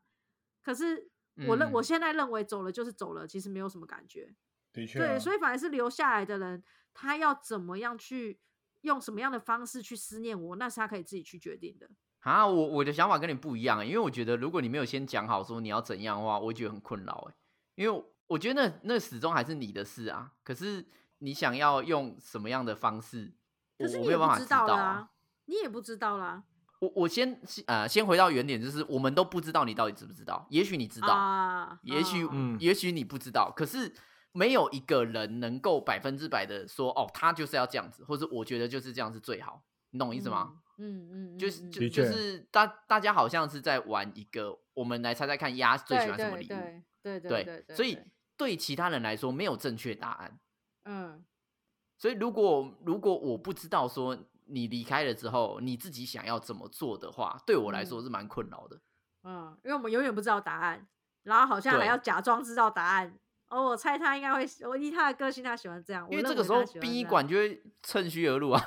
S2: 可是我认、我
S3: 嗯
S2: 现在认为走了就是走了，其实没有什么感觉。
S1: 的确啊
S3: 啊
S2: 对，所
S1: 以
S2: 以反而是留下来的人，他要怎么样去用什么样的方式去思念我，那是他可以自己去决定的。
S3: 啊，我我的想法跟你不一样欸，因为我觉得如果你没有先讲好说你要怎样的话，我会觉得很困扰哎，因为我觉得那那始终还是你的事啊，可是你想要用什么样的方式，
S2: 可
S3: 我
S2: 是
S3: 我
S2: 你
S3: 没
S2: 也
S3: 有办
S2: 不
S3: 法
S2: 知
S3: 知
S2: 道啦、
S3: 啊。
S2: 你也不知道啦
S3: 我我先呃先回到原点，就是我们都不知道你到底知不知道，也许你知道，
S2: 啊，
S3: 也许、
S2: 啊
S1: 嗯
S3: 也许你不知道，可是没有一个人能够百分之百的说哦，他就是要这样子，或者我觉得就是这样是最好，你懂我意思吗？？
S2: 嗯嗯嗯，
S3: 就是
S2: 嗯
S3: 就
S1: 的
S3: 就
S1: 确
S3: 是大大家好像是在玩一个，我们来猜猜看鸭最喜欢什么礼物，
S2: 对对对对对，
S3: 所以
S2: 对
S3: 对其他人来说没有正确答案，
S2: 嗯
S3: 所以如果如果我不知道说你离开了之后你自己想要怎么做的话，对我来说
S2: 嗯
S3: 是蛮困扰的。
S2: 嗯，因为我们永远不知道答案，然后好像还
S3: 对
S2: 要假装知道答案。哦，我猜他应该会，我依他的个性，他喜欢这样。
S3: 因
S2: 我
S3: 为这
S2: 认
S3: 个
S2: 为
S3: 时
S2: 他
S3: 候
S2: 喜欢
S3: 殡仪
S2: 这样
S3: 馆就会趁虚而入 <laughs> 啊，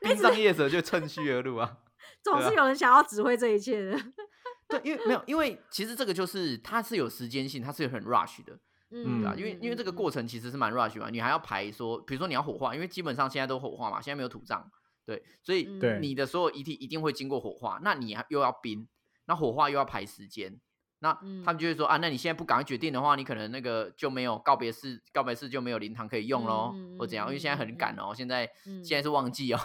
S3: 殡葬业者就趁虚而入啊。
S2: 总
S3: 对啊
S2: 是有人想要指挥这一切的。
S3: <laughs> 对，啊因为没有，因为其实这个就是它是有时间性，它是有很 rush 的，
S1: 嗯
S3: 对啊，因为因为这个
S2: 嗯
S3: 过程其实是蛮 rush 嘛，你还要排说，比如说你要火化，因为基本上现在都火化嘛，现在没有土葬，对，所以
S1: 对
S3: 你的所有遗体一定会经过火化，那你还又要冰，那火化又要排时间，那
S2: 嗯
S3: 他们就会说、啊，那你现在不赶快决定的话，你可能那个就没有告别式，告别式就没有灵堂可以用喽，
S2: 嗯嗯
S3: 或怎样，因为
S2: 嗯
S3: 现在很
S2: 嗯
S3: 赶哦，现在、
S2: 嗯
S3: 现在是旺季哦，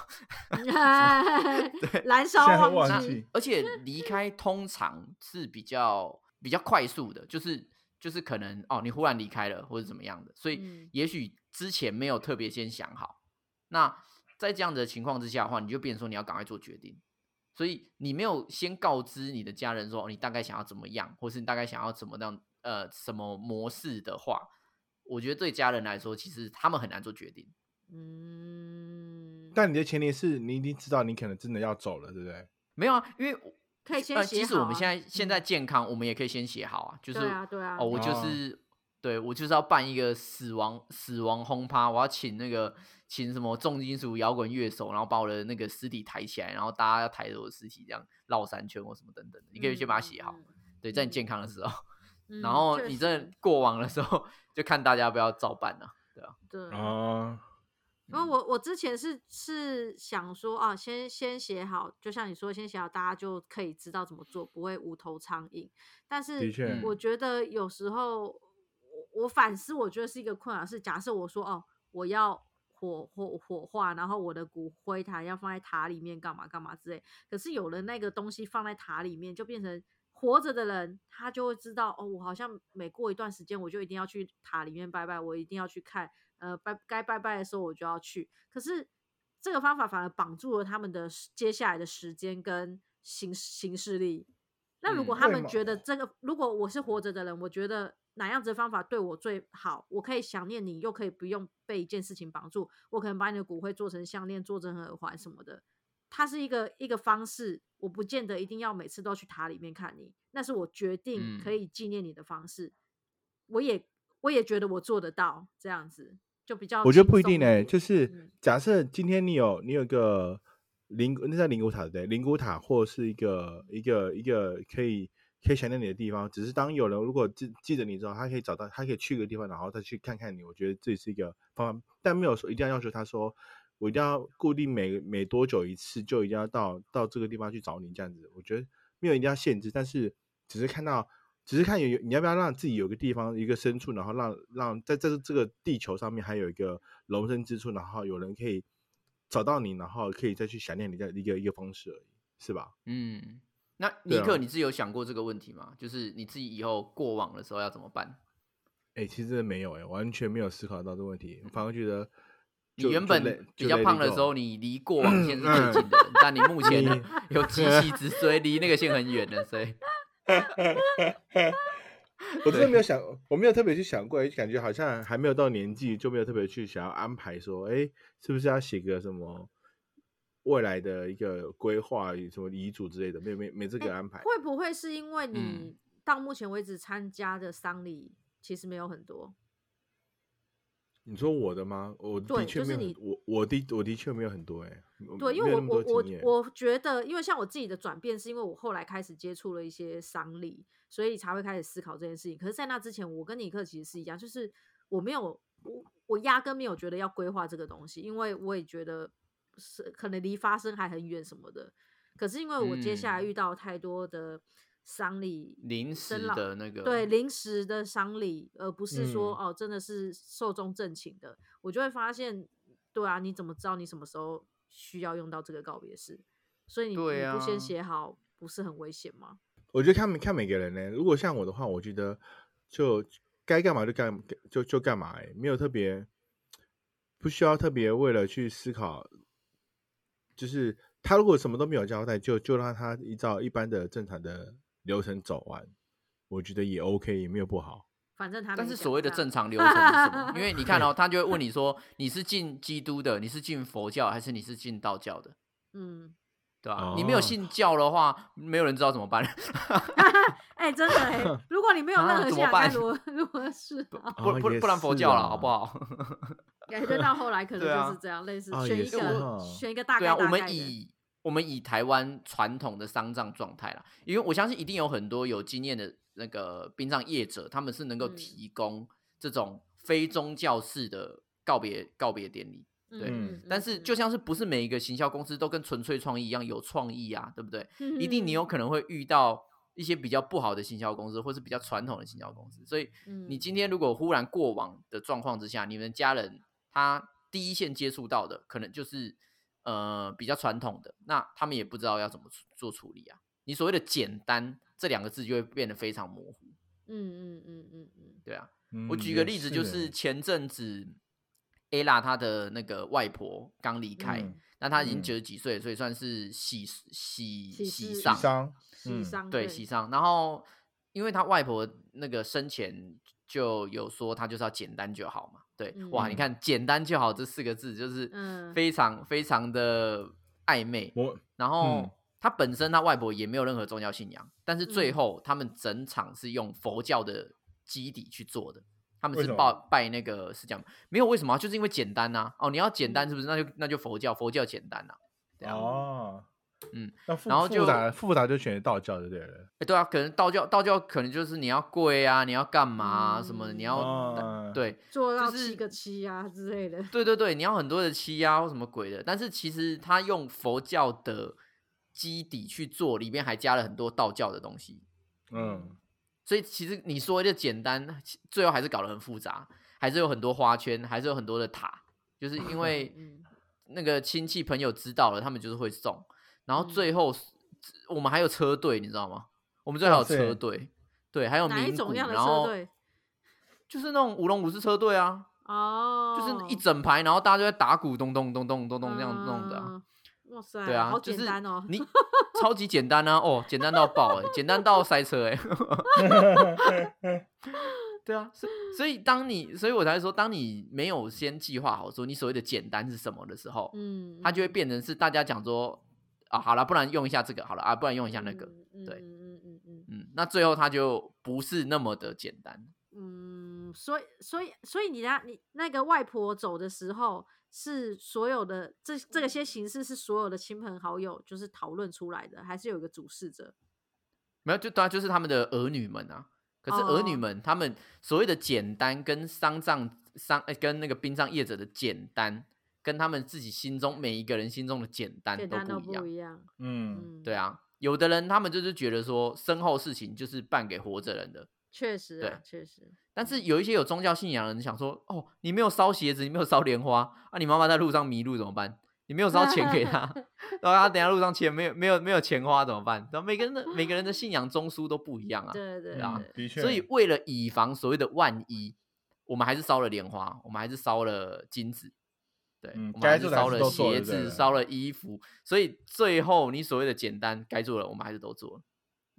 S3: <laughs>
S2: <laughs> 燃烧
S1: 现在
S2: 忘
S1: 忘
S3: 那
S1: 记
S3: 而且离开通常是比较比较快速的，就是就是可能哦，你忽然离开了或者怎么样的，所以
S2: 嗯
S3: 也许之前没有特别先想好。那在这样的情况之下的话，你就变成说你要赶快做决定，所以你没有先告知你的家人说、哦、你大概想要怎么样，或是你大概想要怎么样呃什么模式的话，我觉得对家人来说，其实他们很难做决定。
S2: 嗯，
S1: 但你的前提是你已经知道你可能真的要走了，对不对？
S3: 没有啊，因为我
S2: 可以先
S3: 呃，
S2: 写
S3: 即使我
S2: 好
S3: 们
S2: 啊
S3: 现在现
S2: 嗯
S3: 在健康，我们也可以先写好啊，就是
S2: 对啊对啊
S3: 哦，我就
S1: 哦
S3: 是、对我就是要办一个死亡死亡轰趴，我要请那个请什么重金属摇滚乐手，然后把我的那个尸体抬起来，然后大家要抬着我的尸体这样绕三圈或什么等等的，你可以先把它写好，，对，在你健康的时候，
S2: 嗯嗯嗯嗯
S3: 然后
S2: 确
S3: 你真
S2: 实
S3: 的过往的时候，就看大家要不要照办了、啊。
S2: 对
S1: 哦，
S2: 因为
S3: 嗯
S2: 我我之前是是想说啊，先先写好，就像你说，先写好，大家就可以知道怎么做，不会无头苍蝇。但是
S1: 的确嗯
S2: 我觉得有时候我我反思，我觉得是一个困扰是，假设我说哦，我要火火火化，然后我的骨灰坛要放在塔里面干嘛干嘛之类，可是有了那个东西放在塔里面，就变成。活着的人，他就会知道哦，我好像每过一段时间，我就一定要去塔里面拜拜，我一定要去看，呃，拜该拜拜的时候我就要去。可是这个方法反而绑住了他们的时接下来的时间跟行行事力。那如果
S3: 嗯
S2: 他
S1: 会
S2: 们
S1: 吗
S2: 觉得这个，如果我是活着的人，我觉得哪样子的方法对我最好？我可以想念你，又可以不用被一件事情绑住。我可能把你的骨灰做成项链，做成耳环什么的。它是一个一个方式，我不见得一定要每次都去塔里面看你，那是我决定可
S3: 嗯
S2: 以纪念你的方式。我也我也觉得我做得到，这样子就比较
S1: 我觉得
S2: 轻
S1: 不一
S2: 松
S1: 定哎、
S2: 点
S1: 就是
S2: 嗯
S1: 假设今天你有你有一个灵骨，那叫灵骨塔对不对？灵骨塔或是一个一个一个可以可以想念你的地方，只是当有人如果记记得你之后，他可以找到，他可以去个地方，然后再去看看你。我觉得这也是一个方法，但没有说一定要要求他说。我一定要固定每每多久一次，就一定要到到这个地方去找你这样子。我觉得没有一定要限制，但是只是看到，只是看有你要不要让自己有个地方一个深处，然后让让在在这个地球上面还有一个容身之处，然后有人可以找到你，然后可以再去想念你的一个一个方式而已，是吧？
S3: 嗯，那尼
S1: 对
S3: 克
S1: 啊
S3: 你自己有想过这个问题吗？就是你自己以后过往的时候要怎么办？
S1: 哎、其实真的没有哎、完全没有思考到这个问题，反而觉得
S3: 你
S1: 就
S3: 原
S1: 就
S3: 本
S1: let-
S3: 比
S1: 就
S3: 较
S1: let it
S3: 胖的时
S1: go
S3: 候，你离过往线是最
S1: 嗯
S3: 近的，但你目前呢
S1: 你啊
S3: 有机器之追，离那个线很远了，所
S1: <laughs>
S3: 以
S1: 我真的没有想，我没有特别去想过，感觉好像还没有到年纪，就没有特别去想要安排说，哎、是不是要写个什么未来的一个规划，什么遗嘱之类的，没没没这
S2: 嗯
S1: 个安排。
S2: 会不会是因为
S3: 嗯
S2: 你到目前为止参加的丧礼其实没有很多？
S1: 你说我的吗？我的
S2: 对
S1: 确
S2: 就
S1: 没有
S2: 是
S1: 很，
S2: 你
S1: 我我的我的确没有很多哎、
S2: 对，因
S1: 没
S2: 为
S1: 有那
S2: 我
S1: 么
S2: 我
S1: 多
S2: 我
S1: 经验
S2: 我觉得，因为像我自己的转变，是因为我后来开始接触了一些丧礼，所以才会开始思考这件事情。可是，在那之前，我跟尼克其实是一样，就是我没有我我压根没有觉得要规划这个东西，因为我也觉得是可能离发生还很远什么的。可是因为我接下来
S3: 嗯
S2: 遇到太多的丧礼，
S3: 临
S2: 生
S3: 时
S2: 老
S3: 的那个
S2: 对临时的丧礼，而不是说、
S1: 嗯
S2: 哦真的是寿终正寝的，我就会发现，对啊，你怎么知道你什么时候需要用到这个告别式？所以你,、
S3: 对
S2: 你不
S3: 啊
S2: 先写好，不是很危险吗？
S1: 我觉得看每看每个人呢、如果像我的话，我觉得就该干嘛就干就就干嘛、欸，没有特别不需要特别为了去思考，就是他如果什么都没有交代，就就让他依照一般的正常的流程走完，我觉得也 OK，也没有不好。
S2: 反正他
S3: 但
S2: 没
S3: 是
S2: 讲
S3: 所谓的
S2: 这样
S3: 正常流程是什么？因为你看哦，他就会问你说你是进基督的，你是进佛教还是你是进道教的，
S2: 嗯，
S3: 对吧？你没有
S1: 哦
S3: 信教的话，没有人知道怎么办。
S2: 哎、哎、
S3: <laughs>
S2: 真的哎、如果你没有
S3: 啊
S2: 任何
S3: 怎
S2: 信
S3: 么
S2: 仰，该
S3: 办
S2: 如何如何是好？
S3: 啊不
S1: 哦
S3: 不
S1: 也
S3: 不然佛
S1: 是
S3: 教了，
S1: 啊
S3: 好不好？
S2: 感觉到后来可能
S3: <laughs> 对啊
S2: 就是这样，类似
S1: 啊
S2: 选
S1: 也
S2: 一
S1: 是
S2: 个
S1: 哦
S2: 选一个大
S3: 对
S2: 概
S3: 啊，我
S2: 大
S3: 们
S2: 概的，
S3: 以我们以台湾传统的丧葬状态啦，因为我相信一定有很多有经验的那个殡葬业者，他们是能够
S2: 嗯
S3: 提供这种非宗教式的告别告别典礼。对
S2: 嗯
S3: 但是就像是不是每一个行销公司都跟纯粹创意一样有创意啊，对不对？一定
S2: 嗯
S3: 你有可能会遇到一些比较不好的行销公司，或是比较传统的行销公司。所以
S2: 嗯
S3: 你今天如果忽然过往的状况之下，你们家人他第一线接触到的可能就是呃比较传统的，那他们也不知道要怎么处做处理啊。你所谓的简单这两个字就会变得非常模糊，
S2: 嗯嗯嗯嗯嗯
S3: 对啊。
S1: 嗯
S3: 我举个例子，就是前阵子 Ella 她的那个外婆刚离开，
S1: 嗯
S3: 那她已经
S1: 嗯
S3: 九十几岁，所以算是喜喜
S2: 喜
S3: 喜
S2: 事
S3: 丧，
S1: 伤，
S2: 嗯，喜
S1: 嗯
S2: 丧
S3: 对喜丧。然后因为她外婆那个生前就有说，她就是要简单就好嘛。对，哇，你
S1: 嗯
S3: 看“简单就好”这四个字，就是
S2: 嗯
S3: 非常非常的暧昧。
S1: 我
S3: 然后
S1: 嗯
S3: 他本身他外婆也没有任何宗教信仰，但是最
S2: 嗯
S3: 后他们整场是用佛教的基底去做的。他们
S1: 为
S3: 是
S1: 什
S3: 拜
S1: 么
S3: 拜那个是这样，没有为什么啊、就是因为简单呐、哦，你要简单
S2: 嗯
S3: 是不是？那就那就佛教，佛教简单呐、对啊
S1: 哦，
S3: 嗯，
S1: 那复
S3: 然后就
S1: 复杂复杂就选道教就对了，
S3: 诶对啊，可能道教道教可能就是你要跪啊，你要干嘛啊、什么的，你要、
S2: 嗯
S1: 哦
S3: 对
S2: 做到
S3: 就是
S2: 七个七啊之类的，
S3: 对对对，你要很多的欺压或什么鬼的，但是其实他用佛教的基底去做，里面还加了很多道教的东西，
S1: 嗯，
S3: 所以其实你说的简单，其最后还是搞得很复杂，还是有很多花圈，还是有很多的塔，就是 <laughs> 因为
S2: <laughs> 嗯
S3: 那个亲戚朋友知道了，他们就是会送。然
S2: 嗯
S3: 后最后、我们还有车队，你知道吗？我们最后还有
S1: 哇塞
S3: 车队，对，还有
S2: 哪一
S3: 名
S2: 种
S3: 鼓，
S2: 样的
S3: 然
S2: 车
S3: 后
S2: 队？
S3: 就是那种舞龙舞狮车队啊，
S2: 哦，
S3: 就是一整排，然后大家就在打鼓，咚咚咚咚咚咚这样弄的啊、
S2: 嗯。哇塞，
S3: 对啊，
S2: 好
S3: 就
S2: 简
S3: 是！
S2: 单哦 <laughs>
S3: 你超级简单啊，哦，简单到爆哎、简单到塞车哎、 <laughs> 对啊，所以所以当你，所以我才说，当你没有先计划好说你所谓的简单是什么的时候，
S2: 嗯，
S3: 它就会
S2: 嗯
S3: 变成是大家讲说啊，好了，不然用一下这个好了啊，不然用一下那个，，对
S2: 嗯嗯嗯嗯
S3: 嗯，那最后它就不是那么的简单。
S2: 嗯嗯，所以所以所以你那，你那个外婆走的时候，是所有的这这个些形式是所有的亲朋好友就是讨论出来的，还是有一个主事者？
S3: 没有，就当然就是他们的儿女们啊。可是儿女
S2: 哦
S3: 们，他们所谓的简单，跟丧葬丧呃跟那个殡葬业者的简单，跟他们自己心中每一个人心中的简单
S2: 简单
S3: 都
S2: 都
S3: 不一样
S2: 不。一样，
S1: 嗯，
S2: 嗯，
S3: 对，啊，有的人他们就是觉得说身后事情就是办给活着人的，
S2: 确实啊
S3: 对，
S2: 确实，
S3: 但是有一些有宗教信仰的人想说，哦，你没有烧鞋子，你没有烧莲花啊，你妈妈在路上迷路怎么办？你没有烧钱给
S2: <laughs>
S3: 她，然后她等一下路上钱没有没有没有钱花怎么办？啊然后每个人的每个人的信仰中枢都不一
S2: <laughs>
S3: 样啊。
S2: 对对
S3: 啊
S2: 对，
S1: 嗯的确，
S3: 所以为了以防所谓的万一，我们还是烧了莲花，我们还是烧了金子，对，
S1: 嗯
S3: 我们还
S1: 该做的还
S3: 烧
S1: 是
S3: 了
S1: 都做
S3: 鞋
S1: 了对
S3: 子，
S1: 不对
S3: 烧了衣服，所以最后你所谓的简单该做的，我们还是都做了，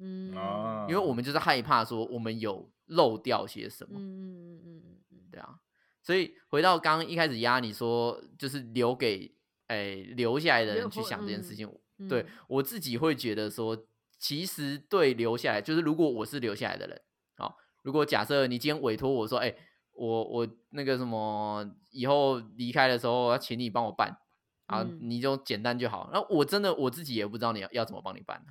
S2: 嗯，
S1: 啊，，
S3: 因为我们就是害怕说我们有漏掉些什
S2: 嗯
S3: 么，
S2: 嗯嗯嗯嗯
S3: 对啊，所以回到刚刚一开始压你说，就是留给诶、留下来的
S2: 留
S3: 人去
S2: 后
S3: 想这件事
S2: 嗯
S3: 情，
S2: 嗯，
S3: 对我自己会觉得说，其实对留下来，就是如果我是留下来的人，好、如果假设你今天委托我说，哎、我我那个什么，以后离开的时候要请你帮我办啊，
S2: 嗯
S3: 你就简单就好。那我真的我自己也不知道你要要怎么帮你办，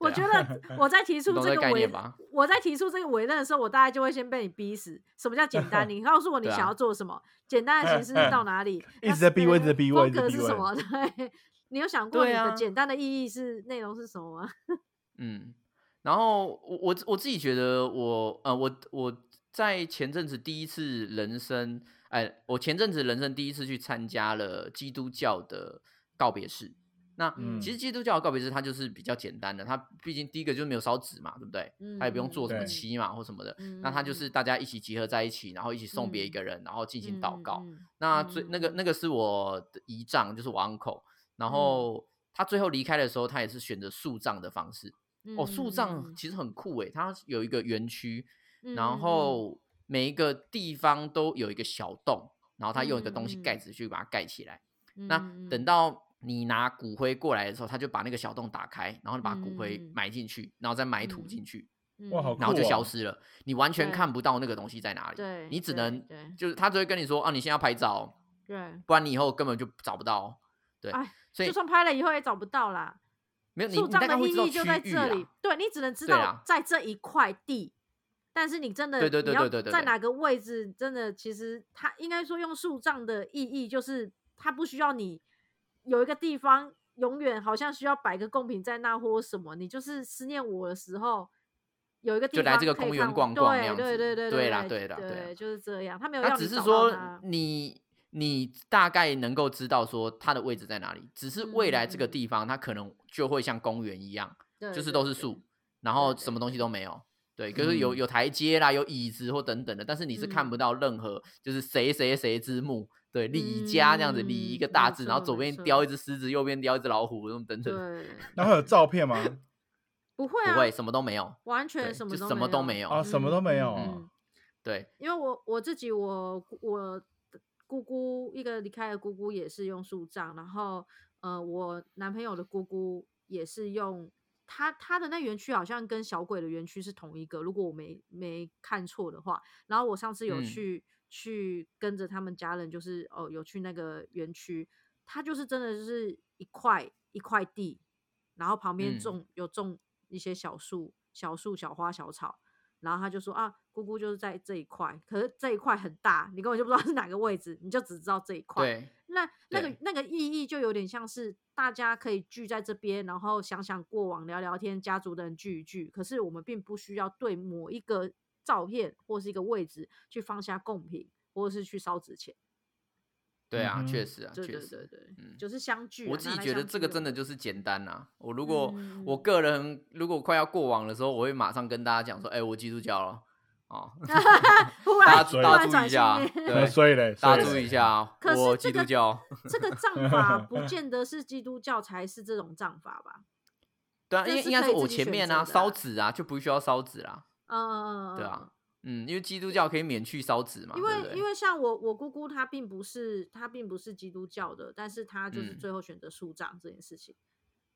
S2: 我觉
S3: 对啊
S2: 得我在提出
S3: 懂
S2: 这
S3: 这
S2: 个
S3: 概
S2: 委
S3: 念吧，
S2: 我在提出这个委任的时候，我大概就会先被你逼死。什么叫简单？你告诉我你
S3: 对啊
S2: 想要做什么，简单的形式是到
S3: <laughs>
S2: 哪里
S1: 一
S2: 那呃
S1: 直在逼问一直在逼问
S2: 风
S1: 一直
S2: 格
S1: 逼
S2: 是什
S1: 问
S2: 么？ <laughs> 对，你有想过
S3: 对
S2: 你
S3: 啊
S2: 的简单的意义是内容是什
S3: <laughs>
S2: 么吗？
S3: 嗯，然后我我我自己觉得我呃我我在前阵子第一次人生，哎，我前阵子人生第一次去参加了基督教的告别式。那
S2: 嗯
S3: 其实基督教的告别式它就是比较简单的，它毕竟第一个就是没有烧纸嘛，对不对？它也不用
S2: 嗯
S3: 做什么
S1: 对
S3: 漆嘛或什么的，
S2: 嗯
S3: 那它就是大家一起集合在一起，然后一起送别一
S2: 嗯
S3: 个人，然后进行祷告。
S2: 嗯
S3: 那最那个
S2: 嗯
S3: 那个是我的姨丈，就是我 uncle，然后他最后离开的时候，他也是选择树葬的方式。哦，树葬其实很酷诶，它有一个园区，
S2: 嗯嗯
S3: 然
S2: 嗯
S3: 后每一个地方都有一个小洞，然后他用一个东西
S2: 嗯嗯嗯
S3: 盖子去把它盖起来。
S2: 嗯
S3: 那
S2: 嗯
S3: 等到你拿骨灰过来的时候，他就把那个小洞打开，然后你把骨灰
S2: 嗯
S3: 埋进去，然后再埋土
S2: 嗯
S3: 进去，
S1: 哇好
S2: 嗯
S1: 酷
S3: 然后就
S1: 哦
S3: 消失了，你完全
S2: 对
S3: 看不到那个东西在哪里。
S2: 对
S3: 你只
S2: 嗯对
S3: 能
S2: 对
S3: 就是他只会跟你说啊，你现在要拍照，
S2: 对，
S3: 不然你以后根本就找不到。对，
S2: 哎
S3: 所以
S2: 就算拍了以后也找不到啦。
S3: 没有你，
S2: 树
S3: 你大
S2: 葬
S3: 概
S2: 的
S3: 会
S2: 意
S3: 知道
S2: 义
S3: 区
S2: 就在
S3: 域
S2: 这里
S3: 啊。，
S2: 对你只能知
S3: 对
S2: 道
S3: 啊
S2: 在这一块地，但是你真的
S3: 对对对
S2: 你要
S3: 对对对
S2: 在
S3: 对
S2: 哪个位置，真的其实它应该说用树葬的意义就是它不需要你有一个地方永远好像需要摆个贡品在那或什么，你就是思念我的时候。有一个地
S3: 就
S2: 方
S3: 来这个
S2: 可以
S3: 公园
S2: 看我
S3: 逛逛那
S2: 对
S3: 样
S2: 对
S3: 子
S2: 对
S3: 对
S2: 对对
S3: 啦对
S2: 对
S3: 啦对啦
S2: 就是这样。他没有
S3: 他
S2: 要
S3: 只
S2: 你
S3: 是
S2: 找到
S3: 说
S2: 它
S3: 你你大概能够知道说它的位置在哪里，只是未来这个
S2: 嗯
S3: 地方它可能就会像公园一样，
S2: 对
S3: 就是
S2: 对
S3: 都是
S2: 对
S3: 树，然后
S2: 对
S3: 什么东西都没有。对，可是有
S1: 嗯
S3: 有台阶啦，有椅子或等等的，但是你是看不
S2: 嗯
S3: 到任何就是谁谁谁之墓，对，李宜家这样子，李宜一个
S2: 嗯
S3: 大
S2: 没
S3: 字，然后
S2: 错
S3: 左
S2: 没
S3: 边雕一
S2: 错
S3: 只狮子，右边雕一只老虎，等 <laughs> 等的，
S2: 对，
S1: 然后有照
S3: <laughs>
S1: 片吗？
S2: 不会啊，
S3: 不会，什么都没有，
S2: 完
S3: 对
S2: 全什么
S3: 就
S2: 都
S3: 什么都没
S2: 有
S3: 有
S1: 啊什么都没有
S2: 嗯嗯
S3: 对，
S2: 因为我我自己我姑我的姑姑一个离开的姑姑也是用树葬，然后呃我男朋友的姑姑也是用他他的那园区好像跟小鬼的园区是同一个，如果我没没看错的话。然后我上次有
S3: 嗯
S2: 去、去跟着他们家人，就是哦有去那个园区，它就是真的就是一块一块地，然后旁边
S3: 嗯
S2: 种、有种一些小树、小树、小花、小草，然后他就说啊，姑姑就是在这一块，可是这一块很大，你根本就不知道是哪个位置，你就只知道这一块。
S3: 对，
S2: 那那个
S3: 对
S2: 那个意义就有点像是大家可以聚在这边，然后想想过往，聊聊天，家族的人聚一聚。可是我们并不需要对某一个照片或是一个位置去放下贡品，或是去烧纸钱。
S3: 对啊，
S1: 嗯
S3: 确
S1: 哼
S3: 实啊，
S2: 对
S3: 确
S2: 对
S3: 实
S2: 对，对，
S3: 嗯
S2: 就是相聚啊、
S3: 我自己
S2: 拿来
S3: 觉得
S2: 相
S3: 这
S2: 聚
S3: 个
S2: 用
S3: 真的就是简单啦、我如果、
S2: 嗯
S3: 我个人如果快要过往的时候，我会马上跟大家讲说，哎、我基督教了哦，
S2: <laughs> 忽
S3: 大家
S2: 然
S3: 注
S2: 突
S3: 大家
S2: 然
S3: 注意
S2: 转
S3: 一
S2: 信
S3: 下啊，
S2: 念
S1: 那
S3: 对，
S1: 所以嘞，
S3: 大家
S1: 所
S3: 注
S1: 以嘞
S3: 意一下啊，
S2: 可是
S3: 我
S2: 这
S3: 基督
S2: 个
S3: 教，
S2: 这
S3: <laughs>
S2: 个葬法不见得是基督教才是这种葬法吧？
S3: 对啊，
S2: 这
S3: 应该
S2: 是
S3: 应该
S2: 可
S3: 是
S2: 以
S3: 我
S2: 自己
S3: 前
S2: 选
S3: 面
S2: 择
S3: 啊，
S2: 的
S3: 烧
S2: 啊
S3: 纸啊就不需要烧纸啦，
S2: 嗯，
S3: 对啊，嗯，因为基督教可以免去烧纸嘛，对
S2: 因
S3: 不
S2: 为
S3: 对
S2: 因为像我我姑姑她并不是她并不是基督教的，但是她就是
S3: 嗯
S2: 最后选择树葬这件事情。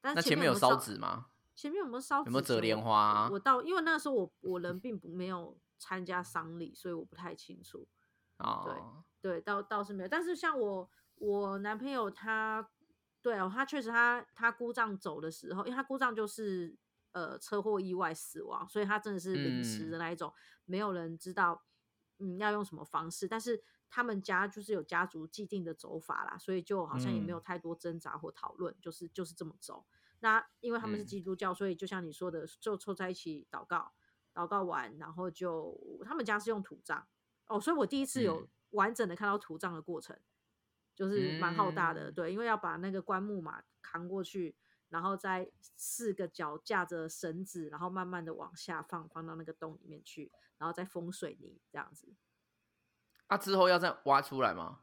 S2: 但
S3: 那
S2: 是
S3: 前面
S2: 有
S3: 有
S2: 没有
S3: 烧纸？吗？
S2: 前面有没有烧
S3: 有
S2: 纸
S3: 没有
S2: 钱我？
S3: 折莲花啊
S2: 我到因为那时候我
S3: <laughs>
S2: 我人并不没有参加丧礼，所以我不太清楚。
S3: 哦，
S2: 对，倒倒是没有。但是像我我男朋友他，对哦，他确实他他姑丈走的时候，因为他姑丈就是呃车祸意外死亡，所以他真的是临时的那一种，没有人知道嗯要用什么方式。但是他们家就是有家族既定的走法啦，所以就好像也没有
S1: 嗯
S2: 太多挣扎或讨论，就是就是这么走。那因为他们是
S3: 嗯
S2: 基督教，所以就像你说的，就凑在一起祷告，祷告完，然后就他们家是用土葬哦，所以我第一次有
S3: 嗯
S2: 完整的看到土葬的过程，就是蛮浩大的，
S3: 嗯
S2: 对，因为要把那个棺木嘛扛过去，然后再四个脚架着绳子，然后慢慢的往下放，放到那个洞里面去，然后再封水泥这样子。
S3: 那、之后要再挖出来吗？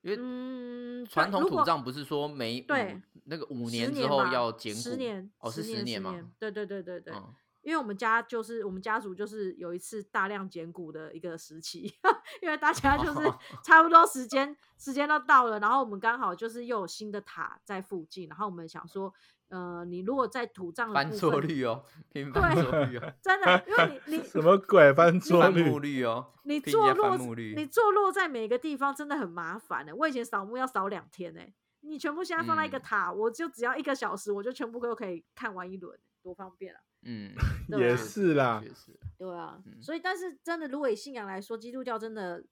S3: 因为
S2: 嗯，
S3: 传
S2: 对
S3: 统
S2: 如
S3: 土
S2: 果
S3: 葬不是说每五
S2: 对
S3: 那个五
S2: 十
S3: 年
S2: 年
S3: 之后
S2: 吧
S3: 要减骨？
S2: 十年
S3: 哦，是
S2: 十年
S3: 年
S2: 十
S3: 嘛？
S2: 对对对对对，哦
S3: 嗯，
S2: 因为我们家就是我们家族就是有一次大量减骨的一个时期， <laughs> 因为大家就是
S3: 哦
S2: 差不多
S3: <laughs>
S2: 时间时间都到了，然后我们刚好就是又有新的塔在附近，然后我们想说，呃，你如果在土葬的
S3: 翻
S2: 部
S3: 错
S2: 分
S3: 率哦，
S2: <laughs>
S3: 频翻错率哦，
S2: 真的，因为
S3: <laughs>
S2: 你你
S1: 什么鬼翻桌
S3: 翻
S1: 率？
S3: 墓率哦，
S2: 你
S3: 拼一
S2: 坐
S3: 下
S2: 落
S3: 翻墓率
S2: 你坐落在每个地方真的很麻烦的、欸我以前扫墓要扫两天呢、你全部现在放在一个
S3: 嗯
S2: 塔，我就只要一个小时，我就全部都可以看完一轮，多方便啊！
S3: 嗯，
S2: 对
S1: 也
S2: 啊
S1: 是啦
S3: 确，实，
S2: 对啊，
S3: 嗯
S2: 所以但是真的，如果以信仰来说，基督教真的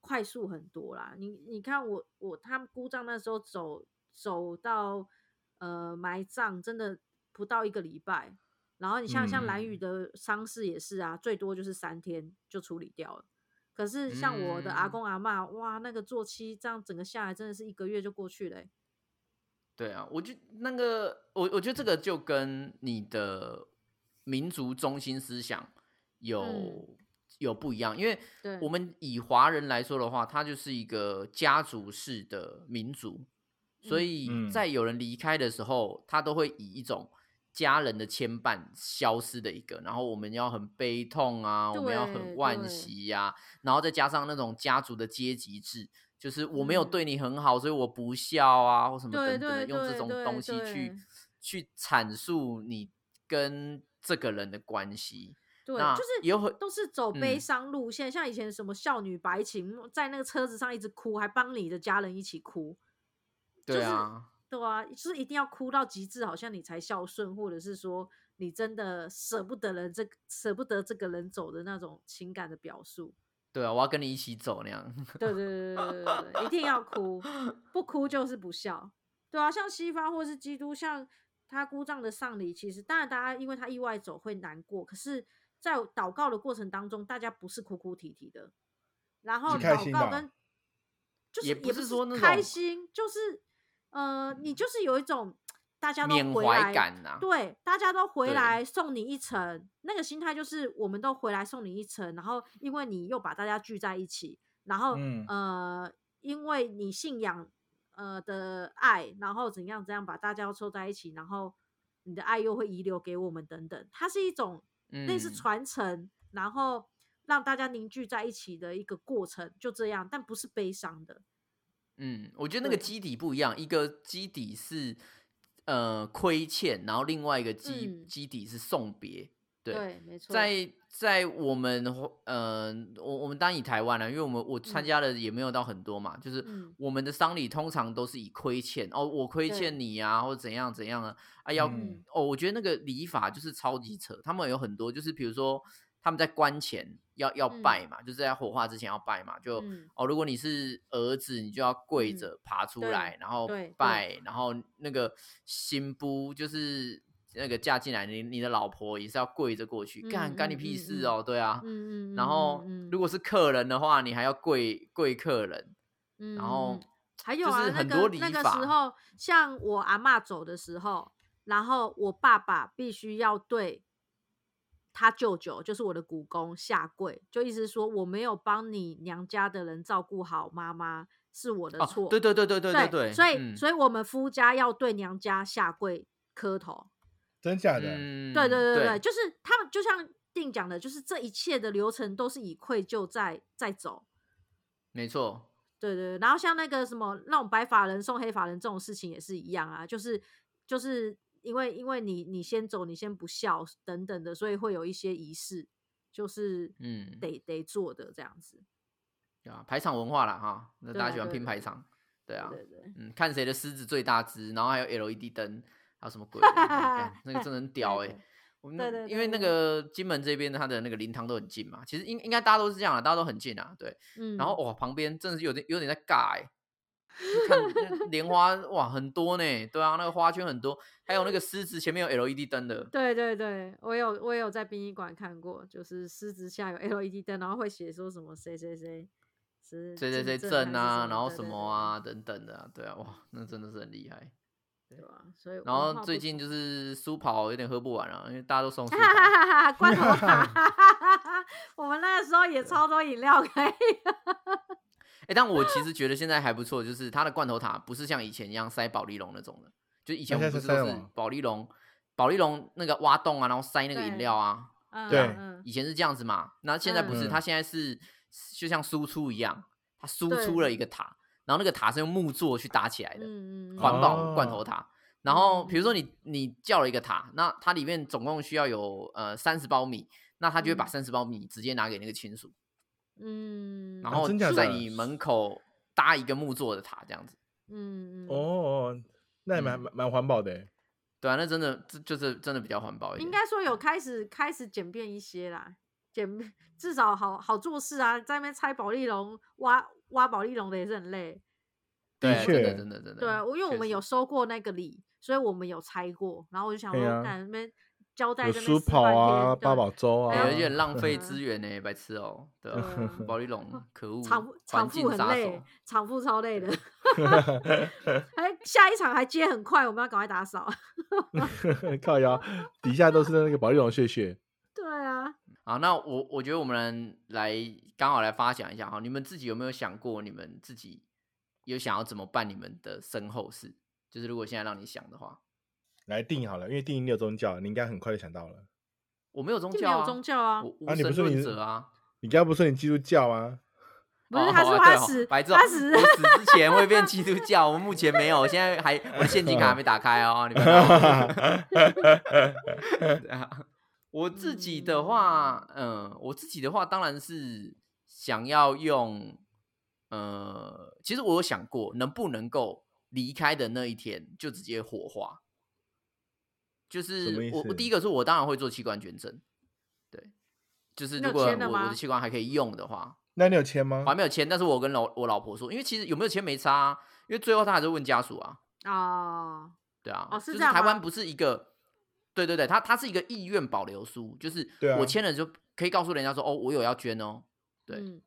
S2: 快速很多啦。你你看我我他们姑丈那时候走走到呃埋葬，真的不到一个礼拜。然后你像像蓝
S3: 嗯
S2: 宇的丧事也是啊，最多就是三天就处理掉了。可是像我的阿
S3: 嗯
S2: 公阿妈，哇，那个做期这样整个下来真的是一个月就过去了欸、
S3: 对啊，我就那个，我我觉得这个就跟你的民族中心思想有、
S2: 嗯
S3: 有不一样，因为
S2: 对，
S3: 我们以华人来说的话，它就是一个家族式的民族，所
S2: 嗯
S3: 以
S1: 嗯
S3: 在有人离开的时候，他都会以一种家人的牵绊消失的一个，然后我们要很悲痛啊，我们要很
S2: 对
S3: 惋
S2: 对
S3: 惜呀、然后再加上那种家族的阶级制，就是我没有对
S2: 嗯
S3: 你很好，所以我不孝啊，或什么
S2: 对
S3: 等等的，
S2: 对
S3: 用这
S2: 对
S3: 种
S2: 对
S3: 东西去
S2: 对
S3: 去阐述你跟这个人的关系。
S2: 对，
S3: 那
S2: 就是
S3: 有很
S2: 都是走悲
S3: 嗯
S2: 伤路线，像以前什么少女白情，在那个车子上一直哭，还帮你的家人一起哭，
S3: 对
S2: 就是
S3: 啊，
S2: 对啊，就是一定要哭到极致，好像你才孝顺，或者是说你真的舍不得人这个舍不得这个人走的那种情感的表述。
S3: 对啊，我要跟你一起走那样。 <laughs>
S2: <laughs> 对对对对对对对，一定要哭，不哭就是不孝。对啊，像西方或是基督，像他姑丈的丧礼，其实当然大家因为他意外走会难过，可是，在祷告的过程当中，大家不是哭哭啼啼的，然后
S3: 是
S1: 开
S2: 祷
S1: 心
S2: 告
S1: 的啊
S2: 跟就是
S3: 也不
S2: 不
S3: 是说那
S2: 开
S3: 种
S2: 心，就是呃，你就是有一种大家都
S3: 缅
S2: 回
S3: 怀
S2: 来
S3: 感呐、
S2: 对，大家都回
S3: 对
S2: 来送你一程，那个心态就是我们都回来送你一程，然后因为你又把大家聚在一起，然后、
S1: 嗯
S2: 呃，因为你信仰呃的爱，然后怎样怎样把大家都凑在一起，然后你的爱又会遗留给我们等等，它是一种类似
S3: 嗯
S2: 传承，然后让大家凝聚在一起的一个过程，就这样，但不是悲伤的，
S3: 嗯，我觉得那个
S2: 对
S3: 基底不一样，一个基底是呃亏欠，然后另外一个基、
S2: 嗯
S3: 基底是送别。对，
S2: 没错，
S3: 在在我们呃，我我们当然以台湾了、因为我们我参
S2: 嗯
S3: 加的也没有到很多嘛，就是
S2: 嗯
S3: 我们的丧礼通常都是以亏欠哦，我亏
S2: 对
S3: 欠你啊，或者怎样怎样啊，啊要、
S1: 嗯
S3: 哦，我觉得那个礼法就是超级扯，他们有很多就是比如说他们在棺前要要
S2: 嗯
S3: 拜嘛，就是在火化之前要拜嘛，就。
S2: 嗯
S3: 哦，如果你是儿子，你就要跪
S2: 嗯
S3: 着爬出
S2: 对
S3: 来，然后
S2: 对对
S3: 拜，然后那个新夫就是那个嫁进来，你你的老婆也是要跪着过去，干
S2: 嗯
S3: 干你
S2: 嗯
S3: 屁
S2: 嗯
S3: 事
S2: 嗯
S3: 哦，对啊。
S2: 嗯嗯，
S3: 然后
S2: 嗯嗯
S3: 如果是客人的话，你还要跪跪客人，
S2: 嗯
S3: 然后
S2: 嗯还有
S3: 就
S2: 啊，
S3: 是
S2: 那
S3: 很多
S2: 个
S3: 礼
S2: 那个
S3: 法
S2: 时候，像我阿嬷走的时候，然后我爸爸必须要对他舅舅，就是我的姑公下跪，就意思说我没有帮你娘家的人照顾好妈妈，是我的
S3: 哦
S2: 错。
S3: 对对对对对对，
S2: 所以、
S3: 嗯
S2: 所以我们夫家要对娘家下跪磕头。
S1: 真假的？
S3: 嗯，
S2: 对对对对，
S3: 对，
S2: 就是他们就像定讲的，就是这一切的流程都是以愧疚在在走。
S3: 没错，
S2: 对对，对然后像那个什么那种白发人送黑发人这种事情也是一样啊，就是就是因为因为你你先走，你先不孝等等的，所以会有一些仪式，就是
S3: 嗯
S2: 得得做的这样子。
S3: 对啊，排场文化啦哈，那
S2: 对
S3: 大家
S2: 啊
S3: 喜欢
S2: 对
S3: 拼
S2: 对
S3: 排
S2: 对
S3: 场，对啊，
S2: 对对对，
S3: 嗯，看谁的狮子最大只，然后还有 LED 灯，还有什么鬼的？干那个真的很
S2: <laughs>
S3: 屌哎、
S2: 对
S3: 我们那
S2: 对对
S3: 因为那
S2: 对
S3: 个金门这边，它的那个灵堂都很近嘛，其实应应该大家都是这样啊，大家都很近啊，对。
S2: 嗯，
S3: 然后哇，旁边真的是有点有点在尬哎、就看
S2: <laughs>
S3: 那莲花哇很多呢，对啊，那个花圈很多，还有那个狮子前面有 LED 灯
S2: <laughs>
S3: 的，
S2: 对对对，我有我有在殡仪馆看过，就是狮子下有 LED 灯，然后会写说什么谁谁谁是
S3: 谁谁谁
S2: 金
S3: 正
S2: 还是
S3: 啊，
S2: 么
S3: 然后
S2: 对
S3: 什
S2: 对
S3: 么
S2: 对
S3: 啊等等的、啊，对啊，哇，那真的是很厉害。
S2: 对吧？所以
S3: 然
S2: 文
S3: 后
S2: 化
S3: 最
S2: 不
S3: 近就是苏跑有点喝不完啊了、因为大家都送苏
S2: <laughs> 哈
S3: 跑。
S2: 哈哈哈，罐头塔，我们那个时候也超多饮料可以。
S3: 哎、但我其实觉得现在还不错，就是它的罐头塔不是像以前一样塞保利龙那种的，就以前我
S1: 哎那
S3: 们不
S1: 现
S3: 是
S1: 在
S3: 都
S1: 塞
S3: 是
S1: 了吗
S3: 保利龙，保利龙那个挖洞啊，然后塞那个饮
S2: 对
S3: 料啊，
S2: 嗯
S1: 对
S2: 嗯
S3: 以前是这样子嘛，那现在不是，
S1: 嗯
S3: 它现在是就像输出一样，它输
S2: 对
S3: 出了一个塔，然后那个塔是用木做去搭起来的，
S2: 嗯嗯，
S3: 环保
S1: 哦
S3: 罐头塔。然后比如说你你叫了一个塔，那它里面总共需要有呃三十包米，那他就会把
S2: 嗯
S3: 三十包米直接拿给那个亲属，
S2: 嗯，
S3: 然
S1: 啊
S3: 后
S1: 真假
S3: 在
S1: 的
S3: 你门口搭一个木做的塔这样子。
S2: 嗯嗯
S1: 哦哦，那也蛮
S3: 嗯
S1: 蛮蛮环保的欸。
S3: 对啊，那真的这就是真的比较环保一点。
S2: 应该说有开始开始简便一些啦，简至少好好做事啊，在那边拆保利龙、挖挖保利龙的也是很累。
S3: 对
S1: 的
S3: 真的
S1: 确
S3: 真的真的。
S2: 对啊，我因为我
S3: 确
S2: 们
S3: 实
S2: 有收过那个礼，所以我们有拆过，然后我就想
S1: 对
S2: 说，
S1: 啊
S2: 干那边交代
S1: 有
S2: 这边
S1: 苏
S2: 撕
S1: 跑
S2: 半
S1: 啊，
S2: 天，
S1: 八
S2: 对
S1: 宝粥啊，
S2: 还
S3: 哎，
S2: 有
S3: 有点浪费
S2: 嗯
S3: 资源呢，白痴哦。对
S1: <laughs>
S3: 啊
S2: 对啊，
S3: 保利龙，可恶，
S2: 场
S3: 环
S2: 场
S3: 境
S2: 妇
S3: 杀
S2: 很累
S3: 手。，
S2: 场妇超累的，还下一场还接很快，我们要赶快打扫。 <laughs>
S1: <laughs> 靠腰底下都是那个保利龙屑屑。
S2: 对啊，
S3: 好，那我我觉得我们来刚好来发想一下哈，你们自己有没有想过你们自己有想要怎么办你们的身后事？就是如果现在让你想的话，
S1: 来定好了，因为定你有宗教，你应该很快就想到了。
S3: 我没有宗
S2: 就
S3: 教
S2: 没
S3: 啊，
S2: 有宗教啊
S3: 我，无
S1: 啊你不
S3: 神
S1: 是你
S3: 论
S1: 是
S3: 者啊。
S1: 你刚刚不是说你基督教吗？ <laughs>
S2: 不是
S3: 哦
S2: 他
S3: 好
S2: 说
S3: 啊对
S2: 他
S3: 哦
S2: 死，
S3: 白痴哦
S2: 他死
S3: 我，死之前会变基督教，我目前没有，我现在还
S1: <laughs>
S3: <laughs> 我的现金卡还没打开哦，你们。对啊，我自己的话，嗯、我自己的话当然是想要用，呃，其实我有想过能不能够离开的那一天就直接火化，就
S1: 什么
S3: 是
S1: 意
S3: 我我
S1: 思
S3: 第一个是我当然会做器官捐赠，对，就是
S2: 你有
S3: 如果
S2: 签了
S3: 我我
S2: 吗
S3: 的器官还可以用的话，
S1: 那你有签吗
S3: 我？还没有签，但是我跟老我老婆说，因为其实有没有签没差啊、因为最后他还是问家属啊，
S2: 哦，
S3: 对啊，
S2: 哦是
S3: 就是
S2: 这样
S3: 台湾
S2: 吗
S3: 不是一个，对对对，它它是一个意愿保留书，就是
S1: 对啊
S3: 我签了就可以告诉人家说，哦，我有要捐哦。 <laughs> 对
S2: 嗯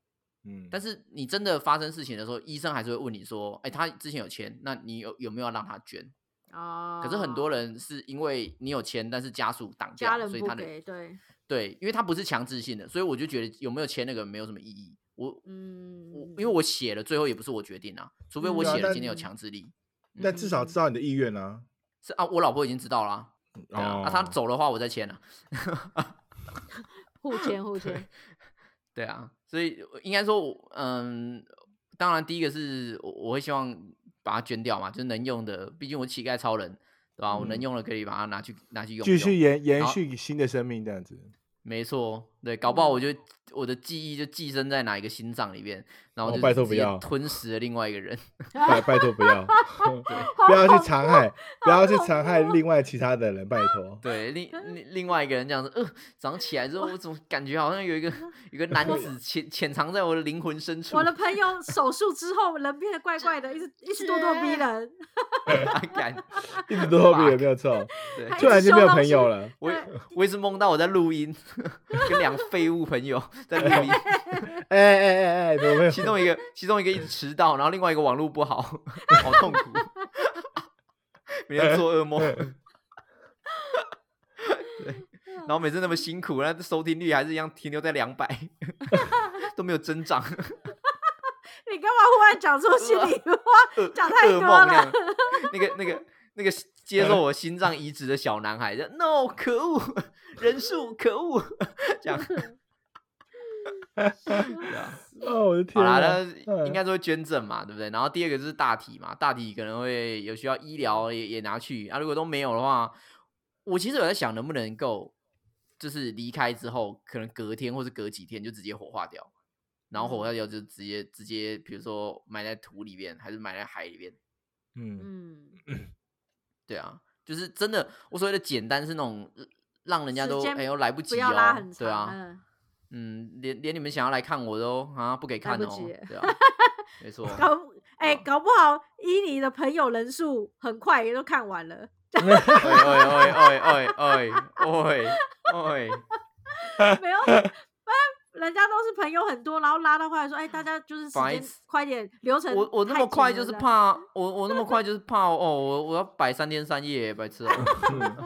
S1: 嗯，
S3: 但是你真的发生事情的时候，医生还是会问你说，哎，他之前有签，那你有有没有让他捐？
S2: 哦，
S3: 可是很多人是因为你有签，但是家属挡掉，
S2: 家人
S3: 所以
S2: 不
S3: 他的
S2: 给，对，
S3: 对，因为他不是强制性的，所以我就觉得有没有签那个没有什么意义。我
S2: 嗯，
S3: 我因为我写了，最后也不是我决定啊，除非我
S2: 嗯对
S3: 写
S2: 啊
S3: 了今
S1: 但
S3: 天有强制力。
S1: 但至少知道你的意愿啊。
S3: 是啊，我老婆已经知道了啊、嗯对啊，啊他
S1: 哦
S3: 走的话我再签啊。
S2: 互签互
S3: <laughs>
S2: 签，
S3: 对啊，所以呃应该说我，嗯，当然第一个是我我会希望把它捐掉嘛，就是能用的，毕竟我乞丐超人，对吧、我能
S1: 嗯
S3: 用的可以把它拿去拿去用一
S1: 继
S3: 用。
S1: 续延延
S3: 好
S1: 续新的生命这样子。
S3: 没错，对，搞不好我
S1: 嗯
S3: 就我的记忆就寄生在哪一个心脏里面，然后
S1: 哦
S3: 就
S1: 拜托
S3: 直
S1: 不
S3: 接
S1: 要
S3: 吞食了另外一个人。
S1: 拜拜托
S3: <laughs>
S1: 不要，不要去残害，不要去残害另外其他的人，拜
S3: <laughs>
S1: 托。
S3: 对，
S1: <laughs>
S3: 另另另外一个人这样子，呃，早上起来之后，我怎么感觉好像
S1: <laughs>
S3: 有一个有个男子潜潜藏在我的灵魂深处？
S2: 我的朋友手术之后人变
S3: <laughs>
S2: 得怪怪的，一直一直咄咄逼人，
S3: 啊感，
S1: 一直都后也没有错，
S3: 对，
S2: 还
S1: 突然就没有朋友了。
S3: 我
S2: 对
S3: 我一直梦到我在录音， <laughs> 跟两个废物朋友在录音，
S1: 哎哎哎哎，怎么没有？
S3: 其中一个其中一个一直迟到，然后另外一个网络不好， <laughs> 好痛苦， <laughs> 每天做噩梦，然后每次那么辛苦，那收听率还是一样停留在两百， <laughs> 都没有增长，
S2: 你干嘛忽然讲出心
S3: <laughs>
S2: 里话？ <laughs>
S3: 噩
S2: 讲太
S3: 噩
S2: 多
S3: 梦那
S2: 了
S3: 样，那个那
S2: <laughs>
S3: 个。那个接受我心脏移植的小男孩，就 no 可恶，人数可恶，这样，对啊，
S1: 哦，我
S3: 好
S1: 的天
S3: 啦，
S1: 啊！
S3: 那应该说捐赠嘛，对不对？然后第二个就是大体嘛，大体可能会有需要医疗也也拿去啊。如果都没有的话，我其实有在想能不能够，就是离开之后，可能隔天或是隔几天就直接火化掉，然后火
S2: 嗯
S3: 化掉就直接直接，比如说埋在土里面，还是埋在海里面，
S1: 嗯，
S2: <laughs> 嗯，
S3: 对啊，就是真的，我所谓的简单是那种呃让人家
S2: 时
S3: 都
S2: 间
S3: 哎呦来不
S2: 不
S3: 及
S2: 要拉
S3: 哦
S2: 很，长，
S3: 对啊，
S2: 嗯，
S3: 嗯，连连你们想要来看我都啊不给看
S2: 不
S3: 哦
S2: 及，
S3: 对
S2: <laughs>
S3: 啊，没错。
S2: 搞
S3: <laughs>
S2: 不哎，搞不好依你的朋友人数很快也都看完了，
S3: 哎哎哎哎哎哎哎哎！
S2: <laughs> 没
S3: <laughs>
S2: 有，哎人家都是朋友很多，然后拉到后来说，哎，大家就是时
S3: 白
S2: 间
S3: 痴
S2: 快点，流 <laughs> 程
S3: 我我那
S2: 太
S3: 么
S2: 紧
S3: 快
S2: 了
S3: 就是
S2: 这样
S3: 怕我我那么快就是怕哦，我我要摆三天三夜，白痴哦！
S1: 嗯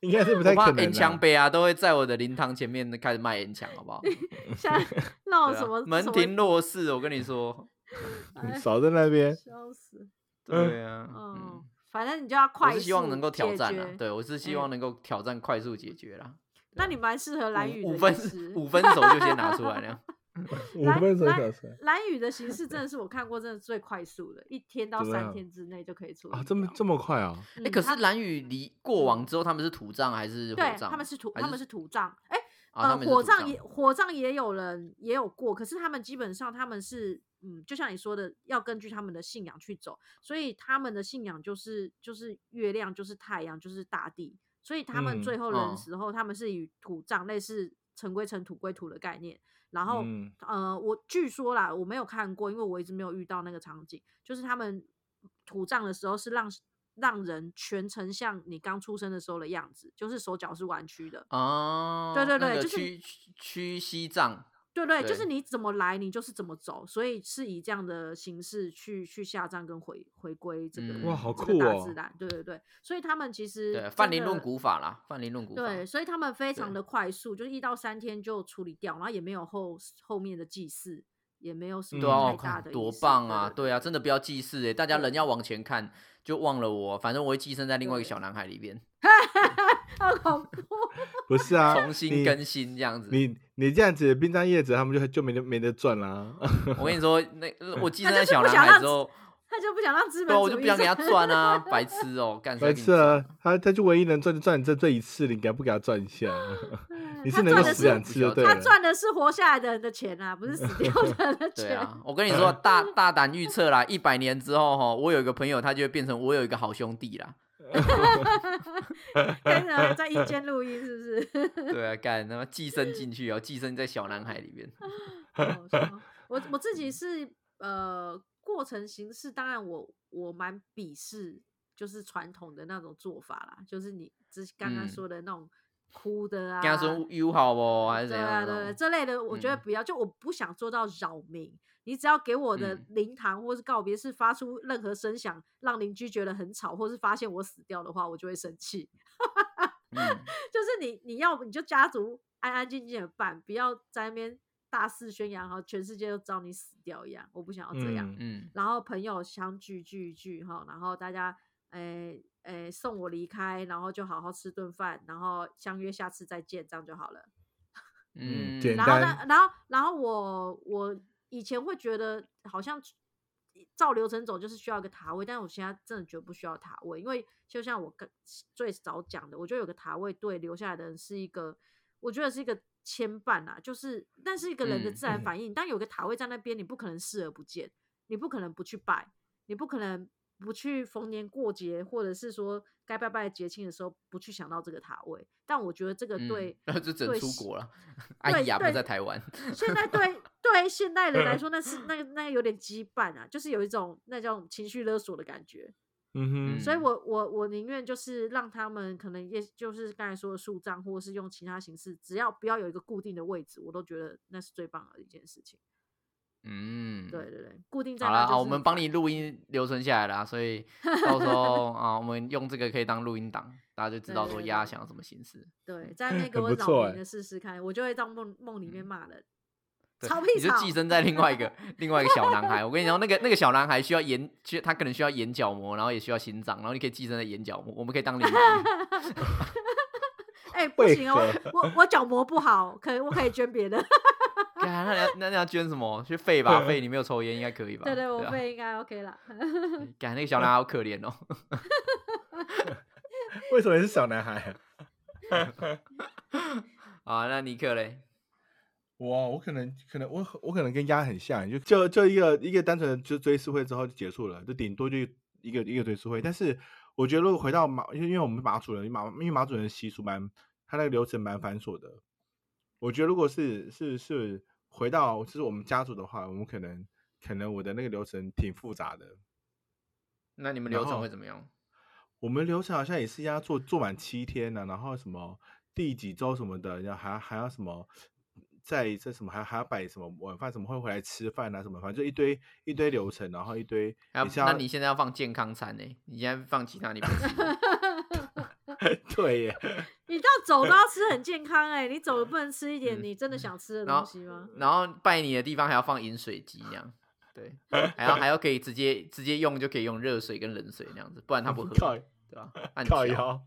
S1: 应该是 <laughs> 不
S3: 我
S1: 太
S3: 怕
S1: 可
S3: N
S1: 能。
S3: 枪杯啊，都会在我的灵堂前面开始卖 N 枪，好
S2: <laughs>
S3: 不好？ <laughs>
S2: 像那种
S3: 对啊
S2: 哦什么
S3: 门
S2: 什么
S3: 庭若市，我跟你
S1: <laughs>
S3: 说，
S2: 哎
S1: 嗯少在那
S3: <laughs>
S1: 边。
S2: 笑死，
S3: 对啊，
S2: 嗯
S3: 嗯，，
S2: 反正你就要
S3: 我
S2: 快，
S3: 是希望能够挑战啊
S2: 啊，，
S3: 对我是希望能够挑战快速解决啦，
S2: 那你蛮适合蓝宇
S3: 五
S2: 的
S3: 五分
S2: 其实
S3: 五分熟就先拿出来
S2: <laughs>
S3: 了，
S1: 五分钟小时
S2: 蓝宇的形式真的是我看过真的最快速的，一天到
S1: 怎么
S2: 三
S1: 样
S2: 天之内就可以处理
S1: 啊啊，这么
S2: 掉
S1: 这么快啊？
S3: 哎、
S2: 嗯
S3: 可是
S2: 他嗯
S3: 蓝雨离过往之后，他们是土葬还是火
S2: 对
S3: 葬？
S2: 他们是土
S3: 还
S2: 他们是土葬，哎
S3: 啊，他
S2: 呃
S3: 们是
S2: 火
S3: 土
S2: 葬也火葬也有人也有过，可是他们基本上他们是嗯，就像你说的，要根据他们的信仰去走，所以他们的信仰就是就是月亮就是太阳就是大地，所以他们
S1: 嗯
S2: 最后人
S3: 嗯
S2: 死后，他们是以土葬类似尘归尘土归土的概念，然后
S1: 嗯
S2: 呃，我据说啦，我没有看过，因为我一直没有遇到那个场景。就是他们土葬的时候是让让人全程像你刚出生的时候的样子，就是手脚是弯曲的。
S3: 哦，
S2: 对对
S3: 那
S2: 对
S3: 个
S2: 就是
S3: 屈屈屈膝葬，
S2: 对对，就是
S3: 对
S2: 你怎么来，你就是怎么走，所以是以这样的形式去去下葬跟回回归这个、
S3: 嗯哇
S1: 好
S2: 这个
S1: 酷
S2: 大
S1: 哦
S2: 自然。对对对，所以他们其实
S3: 对，泛
S2: 真
S3: 灵论
S2: 的
S3: 古法啦，泛灵论古法，
S2: 对，所以他们非常
S3: 对
S2: 的快速，就是一到三天就处理掉，然后也没有后后面的祭祀，也没有
S1: 嗯
S2: 什么
S3: 对啊，我
S2: 太大
S3: 看
S2: 的仪
S3: 多
S2: 式
S3: 棒啊！对啊，
S2: 对
S3: 真的不要记事哎，大家
S2: 对
S3: 人要往前看，就忘了我，反正我会寄生在另外一个
S2: 对
S3: 小男孩里边，
S2: 好恐怖
S1: 不是
S3: <laughs>
S1: 啊，
S3: 重新
S1: 你
S3: 更新这样子。
S1: 你你这样子，殡葬业者他们就就没得没得赚啦。
S3: 我跟你说，那我寄
S2: 他
S3: 生在
S2: 就是
S3: 小
S2: 不
S3: 男
S2: 想
S3: 孩
S2: 让
S3: 之后，
S2: 他就不想让资
S3: 对
S2: 本
S3: 啊，
S2: 主义
S3: 我
S2: 上，
S3: 就不想给
S2: <laughs>
S3: 他赚啊，白痴哦，干
S1: <laughs> 白
S3: 谁
S1: 痴啊！他他就唯一能赚就赚你这这一次，你给他不给他赚一
S3: <laughs>
S1: 下？
S2: 哎
S1: 你
S2: 他
S1: 是能
S2: 赚
S1: 够
S2: 的
S1: 死
S2: 是
S1: 两次就对
S2: 他
S1: 了。
S2: 赚的是活下来的人的钱啊，不是死掉的 <laughs> 人的
S3: 对
S2: 钱。
S3: 啊，我跟你
S1: <laughs>
S3: 说，大大胆预测啦，一百年之后哈，我有一个朋友，他就会变成我有一个好兄弟
S2: <laughs>
S3: 啦。
S2: 跟
S3: 啊
S2: 着 <laughs> 还在阴间录音，是不是？
S3: 对啊，干他妈寄生进去哦，寄生在小男孩里面。
S2: 好
S3: <laughs>
S2: 爽我我自
S3: 嗯
S2: 己是呃，过程形式，当然我我蛮鄙视就是传统的那种做法啦，就是你之刚刚
S3: 嗯
S2: 说的那种哭的啊，
S3: 跟他说 “you 好不”还是怎
S2: 对
S3: 样
S2: 啊，
S3: 那
S2: 对
S3: 种
S2: 对，这类的我觉得
S3: 嗯
S2: 不要，就我不想做到扰民。你只要给我的
S3: 嗯
S2: 灵堂或是告别式发出任何声响，让邻居觉得很吵，或是发现我死掉的话，我就会生气。
S3: 嗯，
S2: 就是你你要你就家族安安静静的办，不要在那边大肆宣扬，然后全世界都知道你死掉一样。我不想要这样。
S1: 嗯
S3: 嗯
S2: 然后朋友相聚聚一聚哈，然后大家诶诶、送我离开，然后就好好吃顿饭，然后相约下次再见，这样就好了。
S1: 嗯
S3: 嗯，
S1: 简
S2: 然后
S1: 单
S2: 呢，然后然后我我以前会觉得好像照流程走就是需要一个塔位，但是我现在真的觉得不需要塔位，因为就像我跟最早讲的，我觉得有个塔位对留下来的人是一个，我觉得是一个牵绊啊，就是那是一个人的
S3: 嗯
S2: 自然反应。当有个塔位在那边，你不可能视而不见，你不可能不去拜，你不可能不去逢年过节或者是说该拜拜的节庆的时候不去想到这个塔位。但我觉得这个
S3: 嗯
S2: 对。
S3: 然后就整
S2: 对
S3: 出
S2: 西
S3: 国了。哎呀，不
S2: 对
S3: 在台湾。
S2: 现在对对现代人来
S3: 嗯
S2: 说，那是那个那个有点羁绊啊，就是有一种那种情绪勒索的感觉。
S1: 嗯
S2: 所以
S3: 嗯
S2: 我我我宁愿就是让他们可能也就是刚才说的树葬，或是用其他形式，只要不要有一个固定的位置，我都觉得那是最棒的一件事情。
S3: 嗯，
S2: 对。对对，固定在
S3: 好
S2: 那
S3: 啦，
S2: 就是、
S3: 好，我们帮你录音留存下来啦，所
S2: <laughs>
S3: 以到时候啊，我们用这个可以当录音档，大家就知
S2: 对
S3: 道
S2: 对
S3: 说
S2: 对
S3: 鸭想要什么形式。
S2: 对
S3: <laughs>
S2: 在那个
S1: 很
S2: 我
S1: 不错
S2: 扰民
S3: 哎
S1: 欸
S2: 的试试看，我就会到梦梦
S3: 嗯
S2: 里面骂人，
S3: 对
S2: 吵屁
S3: 你就
S2: 吵
S3: 寄生在另外一
S2: <laughs>
S3: 个另外一个小男孩。我跟你讲，那个那个小男孩需要眼，需要他可能需要眼角膜，然后也需要心脏，然后你可以寄生在眼角膜，我们可以
S2: <laughs>
S3: 当邻居。 <laughs>
S2: 哎、不
S1: 为
S2: 行哦，我我我角膜不好，可以我可以捐
S3: <laughs>
S2: 别的。
S3: 干那你要那你要捐什么？去
S2: <laughs>
S3: 肺吧，肺你没有抽烟，应该可以吧？
S2: 对对，我
S3: 吧
S2: 肺应 <laughs> 该 OK 啦。
S3: 干那个小男孩好可怜哦，
S1: 为什么你是小男孩啊？
S3: 啊，那尼克嘞，
S1: 我我可能可能我我可能跟丫很像，就就就一个一个单纯的就追思会之后就结束了，就顶多就一个一个追思会。但是我觉得如果回到马，因为因为我们马主人马因为马主人的习俗蛮他那个流程蛮繁琐的，我觉得如果是是是回到就是我们家族的话，我们可能可能我的那个流程挺复杂的。
S3: 那你们
S1: 然
S3: 流程
S1: 后
S3: 会怎么样？
S1: 我们流程好像也是一样做做满七天呢、然后什么第几周什么的，然后还还要什么在这什么还还要摆什么晚饭，什么会回来吃饭啊什么，反正就一堆一堆流程，然后一堆 <laughs>
S3: 还要
S1: 也是
S3: 那你现在要放健康餐呢、你现在放其他你不吃
S1: 对耶，
S2: 你到走都要吃
S1: <laughs>
S2: 很健康哎、你走了不能吃一点
S3: 嗯
S2: 你真的想吃的
S3: 然
S2: 东
S3: 后
S2: 西吗？
S3: 然后拜你的地方还要放饮水机这样，
S1: <laughs>
S3: 对，还要还要可以直接直接用就可以用热水跟冷水 <laughs> 那样子，不然他不喝，
S1: 靠
S3: 对
S1: <laughs>
S3: 吧？按
S1: 靠
S3: 脚
S1: 腰。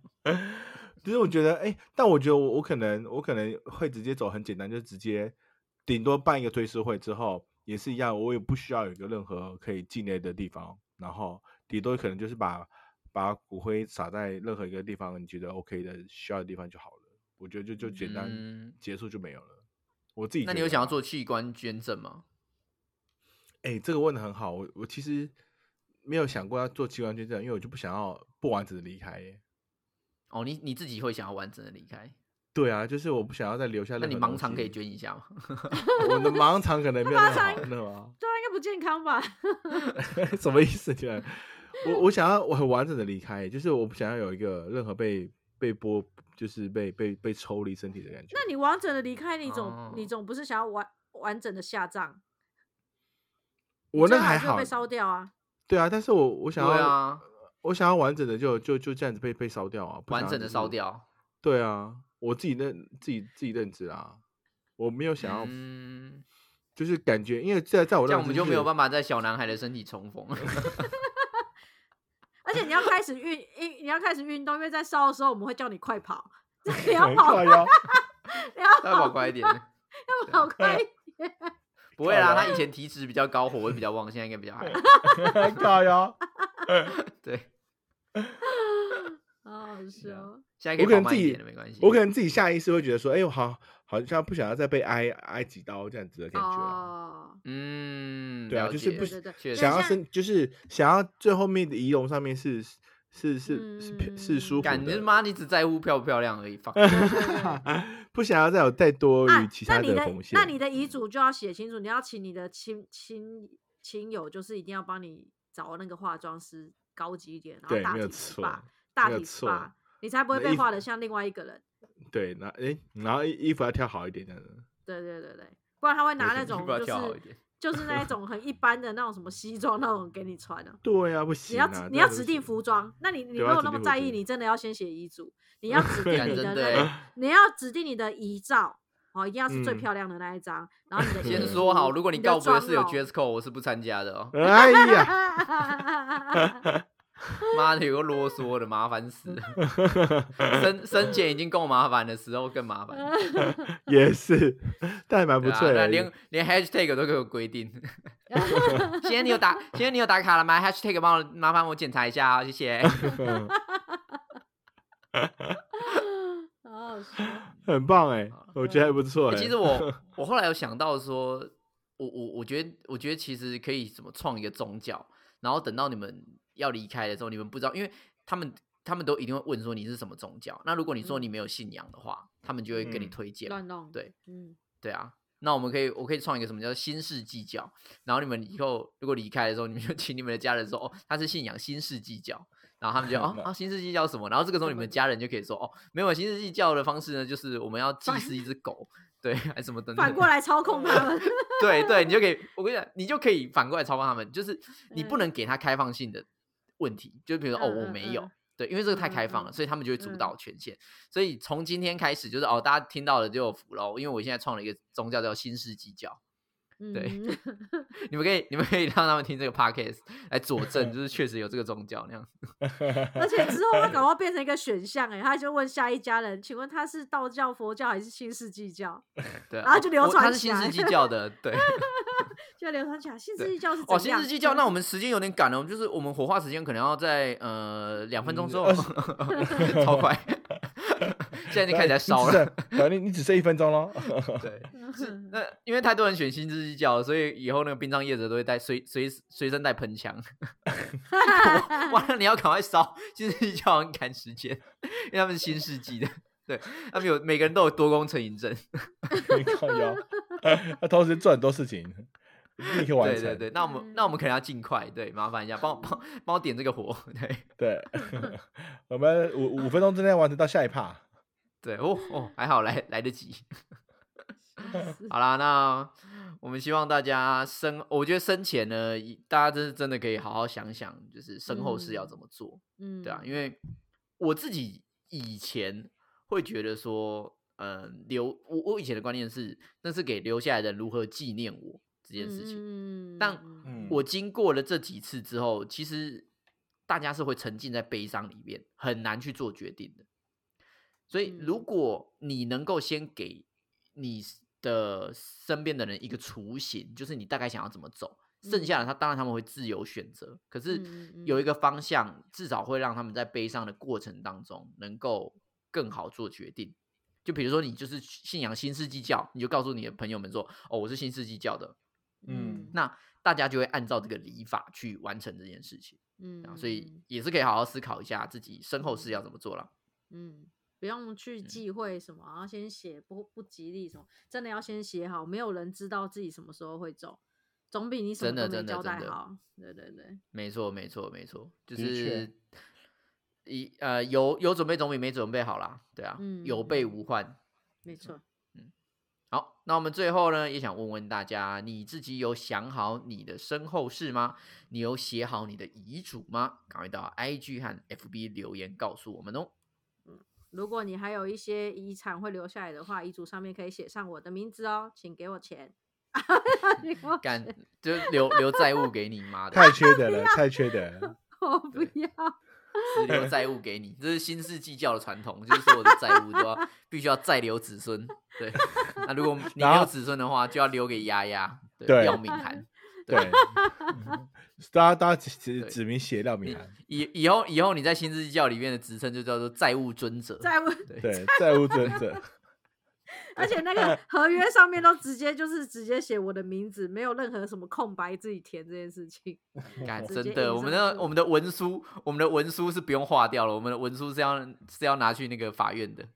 S1: 其实我觉得，哎、但我觉得我我可能我可能会直接走很简单，就直接顶多办一个追思会之后也是一样，我也不需要有一个任何可以纪念的地方，然后顶多可能就是把把骨灰撒在任何一个地方，你觉得 OK 的需要的地方就好了。我觉得就就简单、
S3: 嗯
S1: 结束就没有了。我自己
S3: 那
S1: 觉
S3: 你有
S1: 得
S3: 想要
S1: 啦
S3: 做器官捐赠吗？
S1: 哎、这个问的很好，我我其实没有想过要做器官捐赠，因为我就不想要不完整的离开耶。
S3: 哦，你你自己会想要完整的离开，
S1: 对啊，就是我不想要再留下任
S3: 那
S1: 何
S3: 你
S1: 东西。
S3: 盲
S1: <laughs>
S3: 肠可以捐一下吗？ <laughs>
S1: 我的盲肠可能没有那么好， <laughs> 那么
S2: 对啊，应该不健康吧？ <laughs>
S1: 好什么意思？你们？我我想要我很完整的离开，就是我不想要有一个任何被被剥，就是被被被抽离身体的感觉。
S2: 那你完整的离开，你总、你
S3: 哦
S2: 总不是想要完完整的下葬？
S1: 我那
S2: 最
S1: 个还
S2: 就会
S1: 好
S2: 被，烧掉啊！
S1: 对啊，但是我我
S3: 对
S1: 想要、
S3: 啊，
S1: 我想要完整的就就就这样子被被烧掉啊，不想
S3: 完
S1: 要
S3: 整
S1: 就
S3: 的
S1: 是
S3: 烧。掉。
S1: 对啊，我自己认自己自己认知啊，我没有想要，
S3: 嗯，
S1: 就是感觉，因为在在我
S3: 这样
S1: 认知、
S3: 我们就没有办法在小男孩的身体重
S1: <laughs>
S3: 逢。 <laughs>
S2: 而且你要开始运运，你要开始运动，因为在烧的时候我们会叫你快跑，你
S1: <laughs>
S2: 要
S1: 很
S2: 跑，
S1: 靠腰。
S2: 你要
S3: 再跑
S2: 跑， <laughs>
S3: 快一点。
S1: 啊
S2: 要跑快一点。
S3: 不不会啦，
S1: 靠腰
S3: 他以前体脂比较高，火味比较旺，现在应该比较还好。
S1: 靠腰，
S3: 对，
S2: 好好
S3: 是啊
S2: 笑。哦
S3: 现在
S1: 我
S3: 可
S1: 可
S3: 以跑
S1: 能
S3: 慢
S1: 自
S3: 一
S1: 己
S3: 点的，没关系。
S1: 我可能自己下意识会觉得说，哎呦，好好像不想要再被挨挨几刀这样子的感觉啊。
S2: 哦，
S3: 嗯，
S1: 对啊
S3: 了
S1: 就是
S3: 解
S1: 不
S2: 对对
S3: 确
S2: 对
S3: 实
S1: 想要
S2: 像
S1: 生就是想要最后面的仪容上面是是是是是舒服
S2: 嗯
S3: 感觉
S1: <laughs> 的，
S3: 妈，你只在乎漂不漂亮而已。放
S2: 对
S1: <laughs>
S2: 对对
S1: 不想要再有再多
S2: 啊
S1: 于其他
S2: 那你
S1: 红
S2: 的
S1: 线。
S2: 那你的遗嘱就要写清楚，你要请你的亲亲亲友，就是一定要帮你找那个化妆师高级一点，然后
S1: 对
S2: 大
S1: 没有
S2: 体
S1: 错
S2: SPA，大
S1: 没有
S2: 体
S1: 错
S2: SPA，你才不会
S1: 那
S2: 被
S1: 衣服
S2: 画的像另外一个人。
S1: 对，然后哎，然后衣衣服要挑好一点这样子。
S2: 对对对对，不然他会
S1: <laughs>
S2: 拿那
S3: 你
S2: 种
S3: 不要
S2: 就
S3: 跳好一
S2: 是
S3: 点。
S2: 就是那一种很一般的那种什么西装那种给你穿的、
S1: 对啊，不行
S2: 你
S1: 啊，
S2: 要指
S1: 这
S2: 你要
S1: 样子
S2: 指
S1: 不
S2: 定
S1: 行
S2: 服装，那你你
S1: 对
S2: 如
S1: 要
S2: 果
S1: 指
S2: 那
S1: 定
S2: 么
S1: 服
S2: 在意，
S1: 装
S2: 你真的要先写遗嘱，
S1: <laughs>
S2: 你要指定
S1: 对
S2: 你
S3: 真
S2: 的
S3: 的
S2: 那
S3: 欸
S2: 你要指定你的遗照，哦，一定要是最
S1: 嗯
S2: 漂亮的那一张，然后你的
S3: 先
S2: 衣
S3: 说
S2: 服
S3: 好，如果
S2: 你
S3: 你
S2: 的
S3: 告不会是有
S2: 妆容 <laughs>
S3: dress code，我是不参加的哦。
S1: 哎呀，
S3: 妈的，有个啰嗦的，麻烦死了。生生前已经够麻烦的时候更麻烦，
S1: 也是，但还蛮不
S3: 对啊
S1: 错欸
S3: 那
S1: 的。
S3: 连连 hashtag 都给我规定。 <laughs> 今天你有打，今天你有打卡了吗？hashtag 帮我麻烦我检查一下啊，谢谢。
S2: 好好笑。
S1: <laughs> 很棒哎、
S2: 哦
S1: 我觉得还不错哎、
S3: 欸其实我我后来有想到说，我我我觉得我觉得其实可以怎么创一个宗教，然后等到你们要离开的时候，你们不知道，因为他们他们都一定会问说你是什么宗教。那如果你说
S2: 嗯
S3: 你没有信仰的话，他们就会跟你
S1: 嗯
S3: 推荐。
S2: 乱弄，
S3: 对
S2: 嗯，
S3: 对啊，那我们可以我可以创一个什么叫新世纪教，然后你们以后如果离开的时候，你们就请你们的家人说哦，他是信仰新世纪教。然后他们就哦啊，新世纪教什么？然后这个时候你们家人就可以说哦，没有新世纪教的方式呢，就是我们要祭祀一只狗，对，还什么等等。
S2: 反过来操控他
S3: <laughs>
S2: 们，
S3: 哦对对，你就可以，我跟你讲，你就可以反过来操控他们，
S2: <laughs>
S3: 就是你不
S2: 嗯
S3: 能给他开放性的问题，就比如说哦，
S2: 嗯
S3: 我
S2: 嗯
S3: 没有
S2: 嗯，
S3: 对，因为这个太
S2: 嗯
S3: 开放了，
S2: 嗯
S3: 所以他们就会主
S2: 嗯
S3: 导权限。所以从今天开始，就是哦，大家听到了就有福喽，因为我现在创了一个宗教叫新世纪教， <laughs> 对
S2: 嗯，
S3: <laughs> 你们可以你们可以让他们听这个 podcast 来佐证，就是确实有这个宗教那样。
S2: 而且之后他搞不好变成一个选项，哎，他就问下一家人，请问他是道教、佛教还是新世纪教？
S3: 对，
S2: 然后
S3: 哦
S2: 啊就流
S3: 我
S2: 传
S3: 它是
S2: 起
S3: 新世
S2: 来
S3: 纪教
S2: <laughs>
S3: 的，对。
S2: 就流传起来，新世
S3: 对
S2: 纪教是
S3: 哦，
S2: 怎
S3: 新
S2: 样嗯
S3: 世纪教，那我们时间有点赶了，我们就是我们火化时间可能要在呃两分钟之后，
S1: 嗯
S3: <laughs> 超快，现在已经开始在烧
S1: 你只
S3: 了
S1: 剩。，反正你只剩一分钟
S2: <laughs>
S1: 喽。
S3: 对，
S2: 嗯
S3: 是
S1: 嗯
S3: 那因为太多人选新世纪教了，所以以后那个殡葬业者都会带随随随身带喷枪。 <laughs>
S1: <laughs>
S3: 哇，那你要赶快烧，新世纪教很赶时间，因为他们是新世纪的，对他们有每个人都有多功成瘾症。
S1: <laughs> 靠
S3: <laughs>
S1: 腰，他同时做很多事情，立刻完
S3: 对
S1: 成。
S3: 对对，那我们那我们可能要尽快，对，麻烦一下，帮我帮我帮我点这个火，对。
S1: 对
S3: <laughs>
S1: 我们五五分钟之内完成到下一趴。
S3: 对哦哦，还好来来得及。 <laughs>
S2: 吓死
S3: 好啦，那我们希望大家生，我觉得生前呢，一大家真是真的可以好好想想，就是身后事要怎么做，
S2: 嗯，
S3: 对啊，因为我自己以前会觉得说，嗯、留我我以前的观念是，那是给留下来的人如何纪念我这件
S2: 嗯
S3: 事情。
S2: 情
S3: 但
S1: 嗯
S3: 我经过了这几次之后，其实大家是会沉浸在悲伤里面，很难去做决定的。所以，如
S2: 嗯
S3: 果你能够先给你的身边的人一个雏形，就是你大概想要怎么走，剩下的他当然他们会自由选择，可是
S2: 嗯嗯
S3: 有一
S2: 嗯
S3: 个方向，至少会让他们在悲伤的过程当中能够更好做决定。就比如说，你就是信仰新世纪教，你就告诉你的朋友们说：“哦，我是新世纪教的，
S1: 嗯
S3: 那大家就会按照这个礼法去完成这件事情，
S2: 嗯
S3: 啊
S2: 嗯
S3: 所以也是可以好好思考一下自己身后事要怎么做了。
S2: 嗯，不用去忌讳什么，然后先写不不吉利什么，真的要先写好，没有人知道自己什么时候会走，总比你什
S3: 真
S2: 么
S3: 的
S2: 都没
S3: 真的
S2: 交代
S3: 真的
S2: 好。对对对，
S3: 没错，没错，没错，就
S1: 的确
S3: 是一呃有有准备总比没准备好啦，对啊，有备
S2: 嗯嗯
S3: 无患。
S2: 没错。
S3: 好，那我们最后呢，也想问问大家，你自己有想好你的身后事吗？你有写好你的遗嘱吗？赶快到 IG 和 FB 留言告诉我们哦。
S2: 如果你还有一些遗产会留下来的话，遗嘱上面可以写上我的名字哦，请给我钱。 <laughs> 你给我
S3: 干
S2: 钱，
S3: 就留留债务给你
S2: <laughs>
S3: 妈的，
S1: 嗯太缺德了，太缺德
S3: <laughs>
S1: 了。
S2: 我不
S3: 对
S2: 要。
S3: 只留债务给你，这是新世纪教的传统，就是所有的债务都要必须要再留子孙。对，那如果你没
S1: 然后
S3: 有子孙的话，就要留给丫丫。
S1: 对
S3: 廖敏涵，
S1: 对，大家大家指指
S3: 对
S1: 指名啊写廖敏
S3: 你
S1: 涵，
S3: 以以后以后你在新之教里面的职称就叫做债务尊者，
S2: 在问，
S3: 对
S1: 对，债务尊
S3: <laughs>
S1: 者， <laughs>
S2: 而且那个合约上面都直接就是直接写我的名字，没有任何什么空白自己填这件事情。
S3: 干
S2: 直
S3: 真
S2: 接
S3: 的，
S2: 印
S3: 我们
S2: 上
S3: 的
S2: 去
S3: 我们的文书，我们的文书是不用划掉了，我们的文书是要是要拿去那个法院的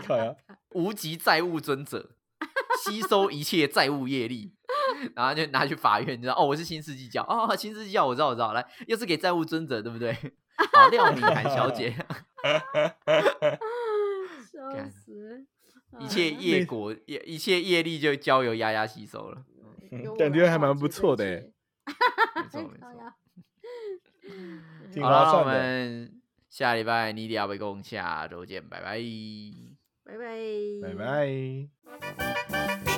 S1: 靠呀，
S3: 无极债务尊者，吸收一切债务业力，然后就拿去法院，你知道哦，我是新世纪教哦，新世纪教我知道我知道，来又是给债务尊者对不对？好，廖敏涵小 <laughs> 姐，
S2: 笑
S3: 干
S2: 死！
S3: 一切
S2: 啊
S3: 业果业一切业力就交由丫丫吸收 <laughs> 了，
S1: 嗯
S2: 有我
S1: 感
S2: 来
S1: 觉还
S2: 化
S1: 蛮
S2: 解
S1: 不
S2: 这
S1: 错的
S2: 一
S1: 欸
S2: 切
S3: 没错没
S2: 靠
S3: 错。
S2: 腰
S1: 挺
S3: 好
S1: 划
S3: 了，那我
S1: 算的。
S3: 们下礼拜你聊北共，下周见，拜拜。
S2: 拜拜，
S1: 拜拜。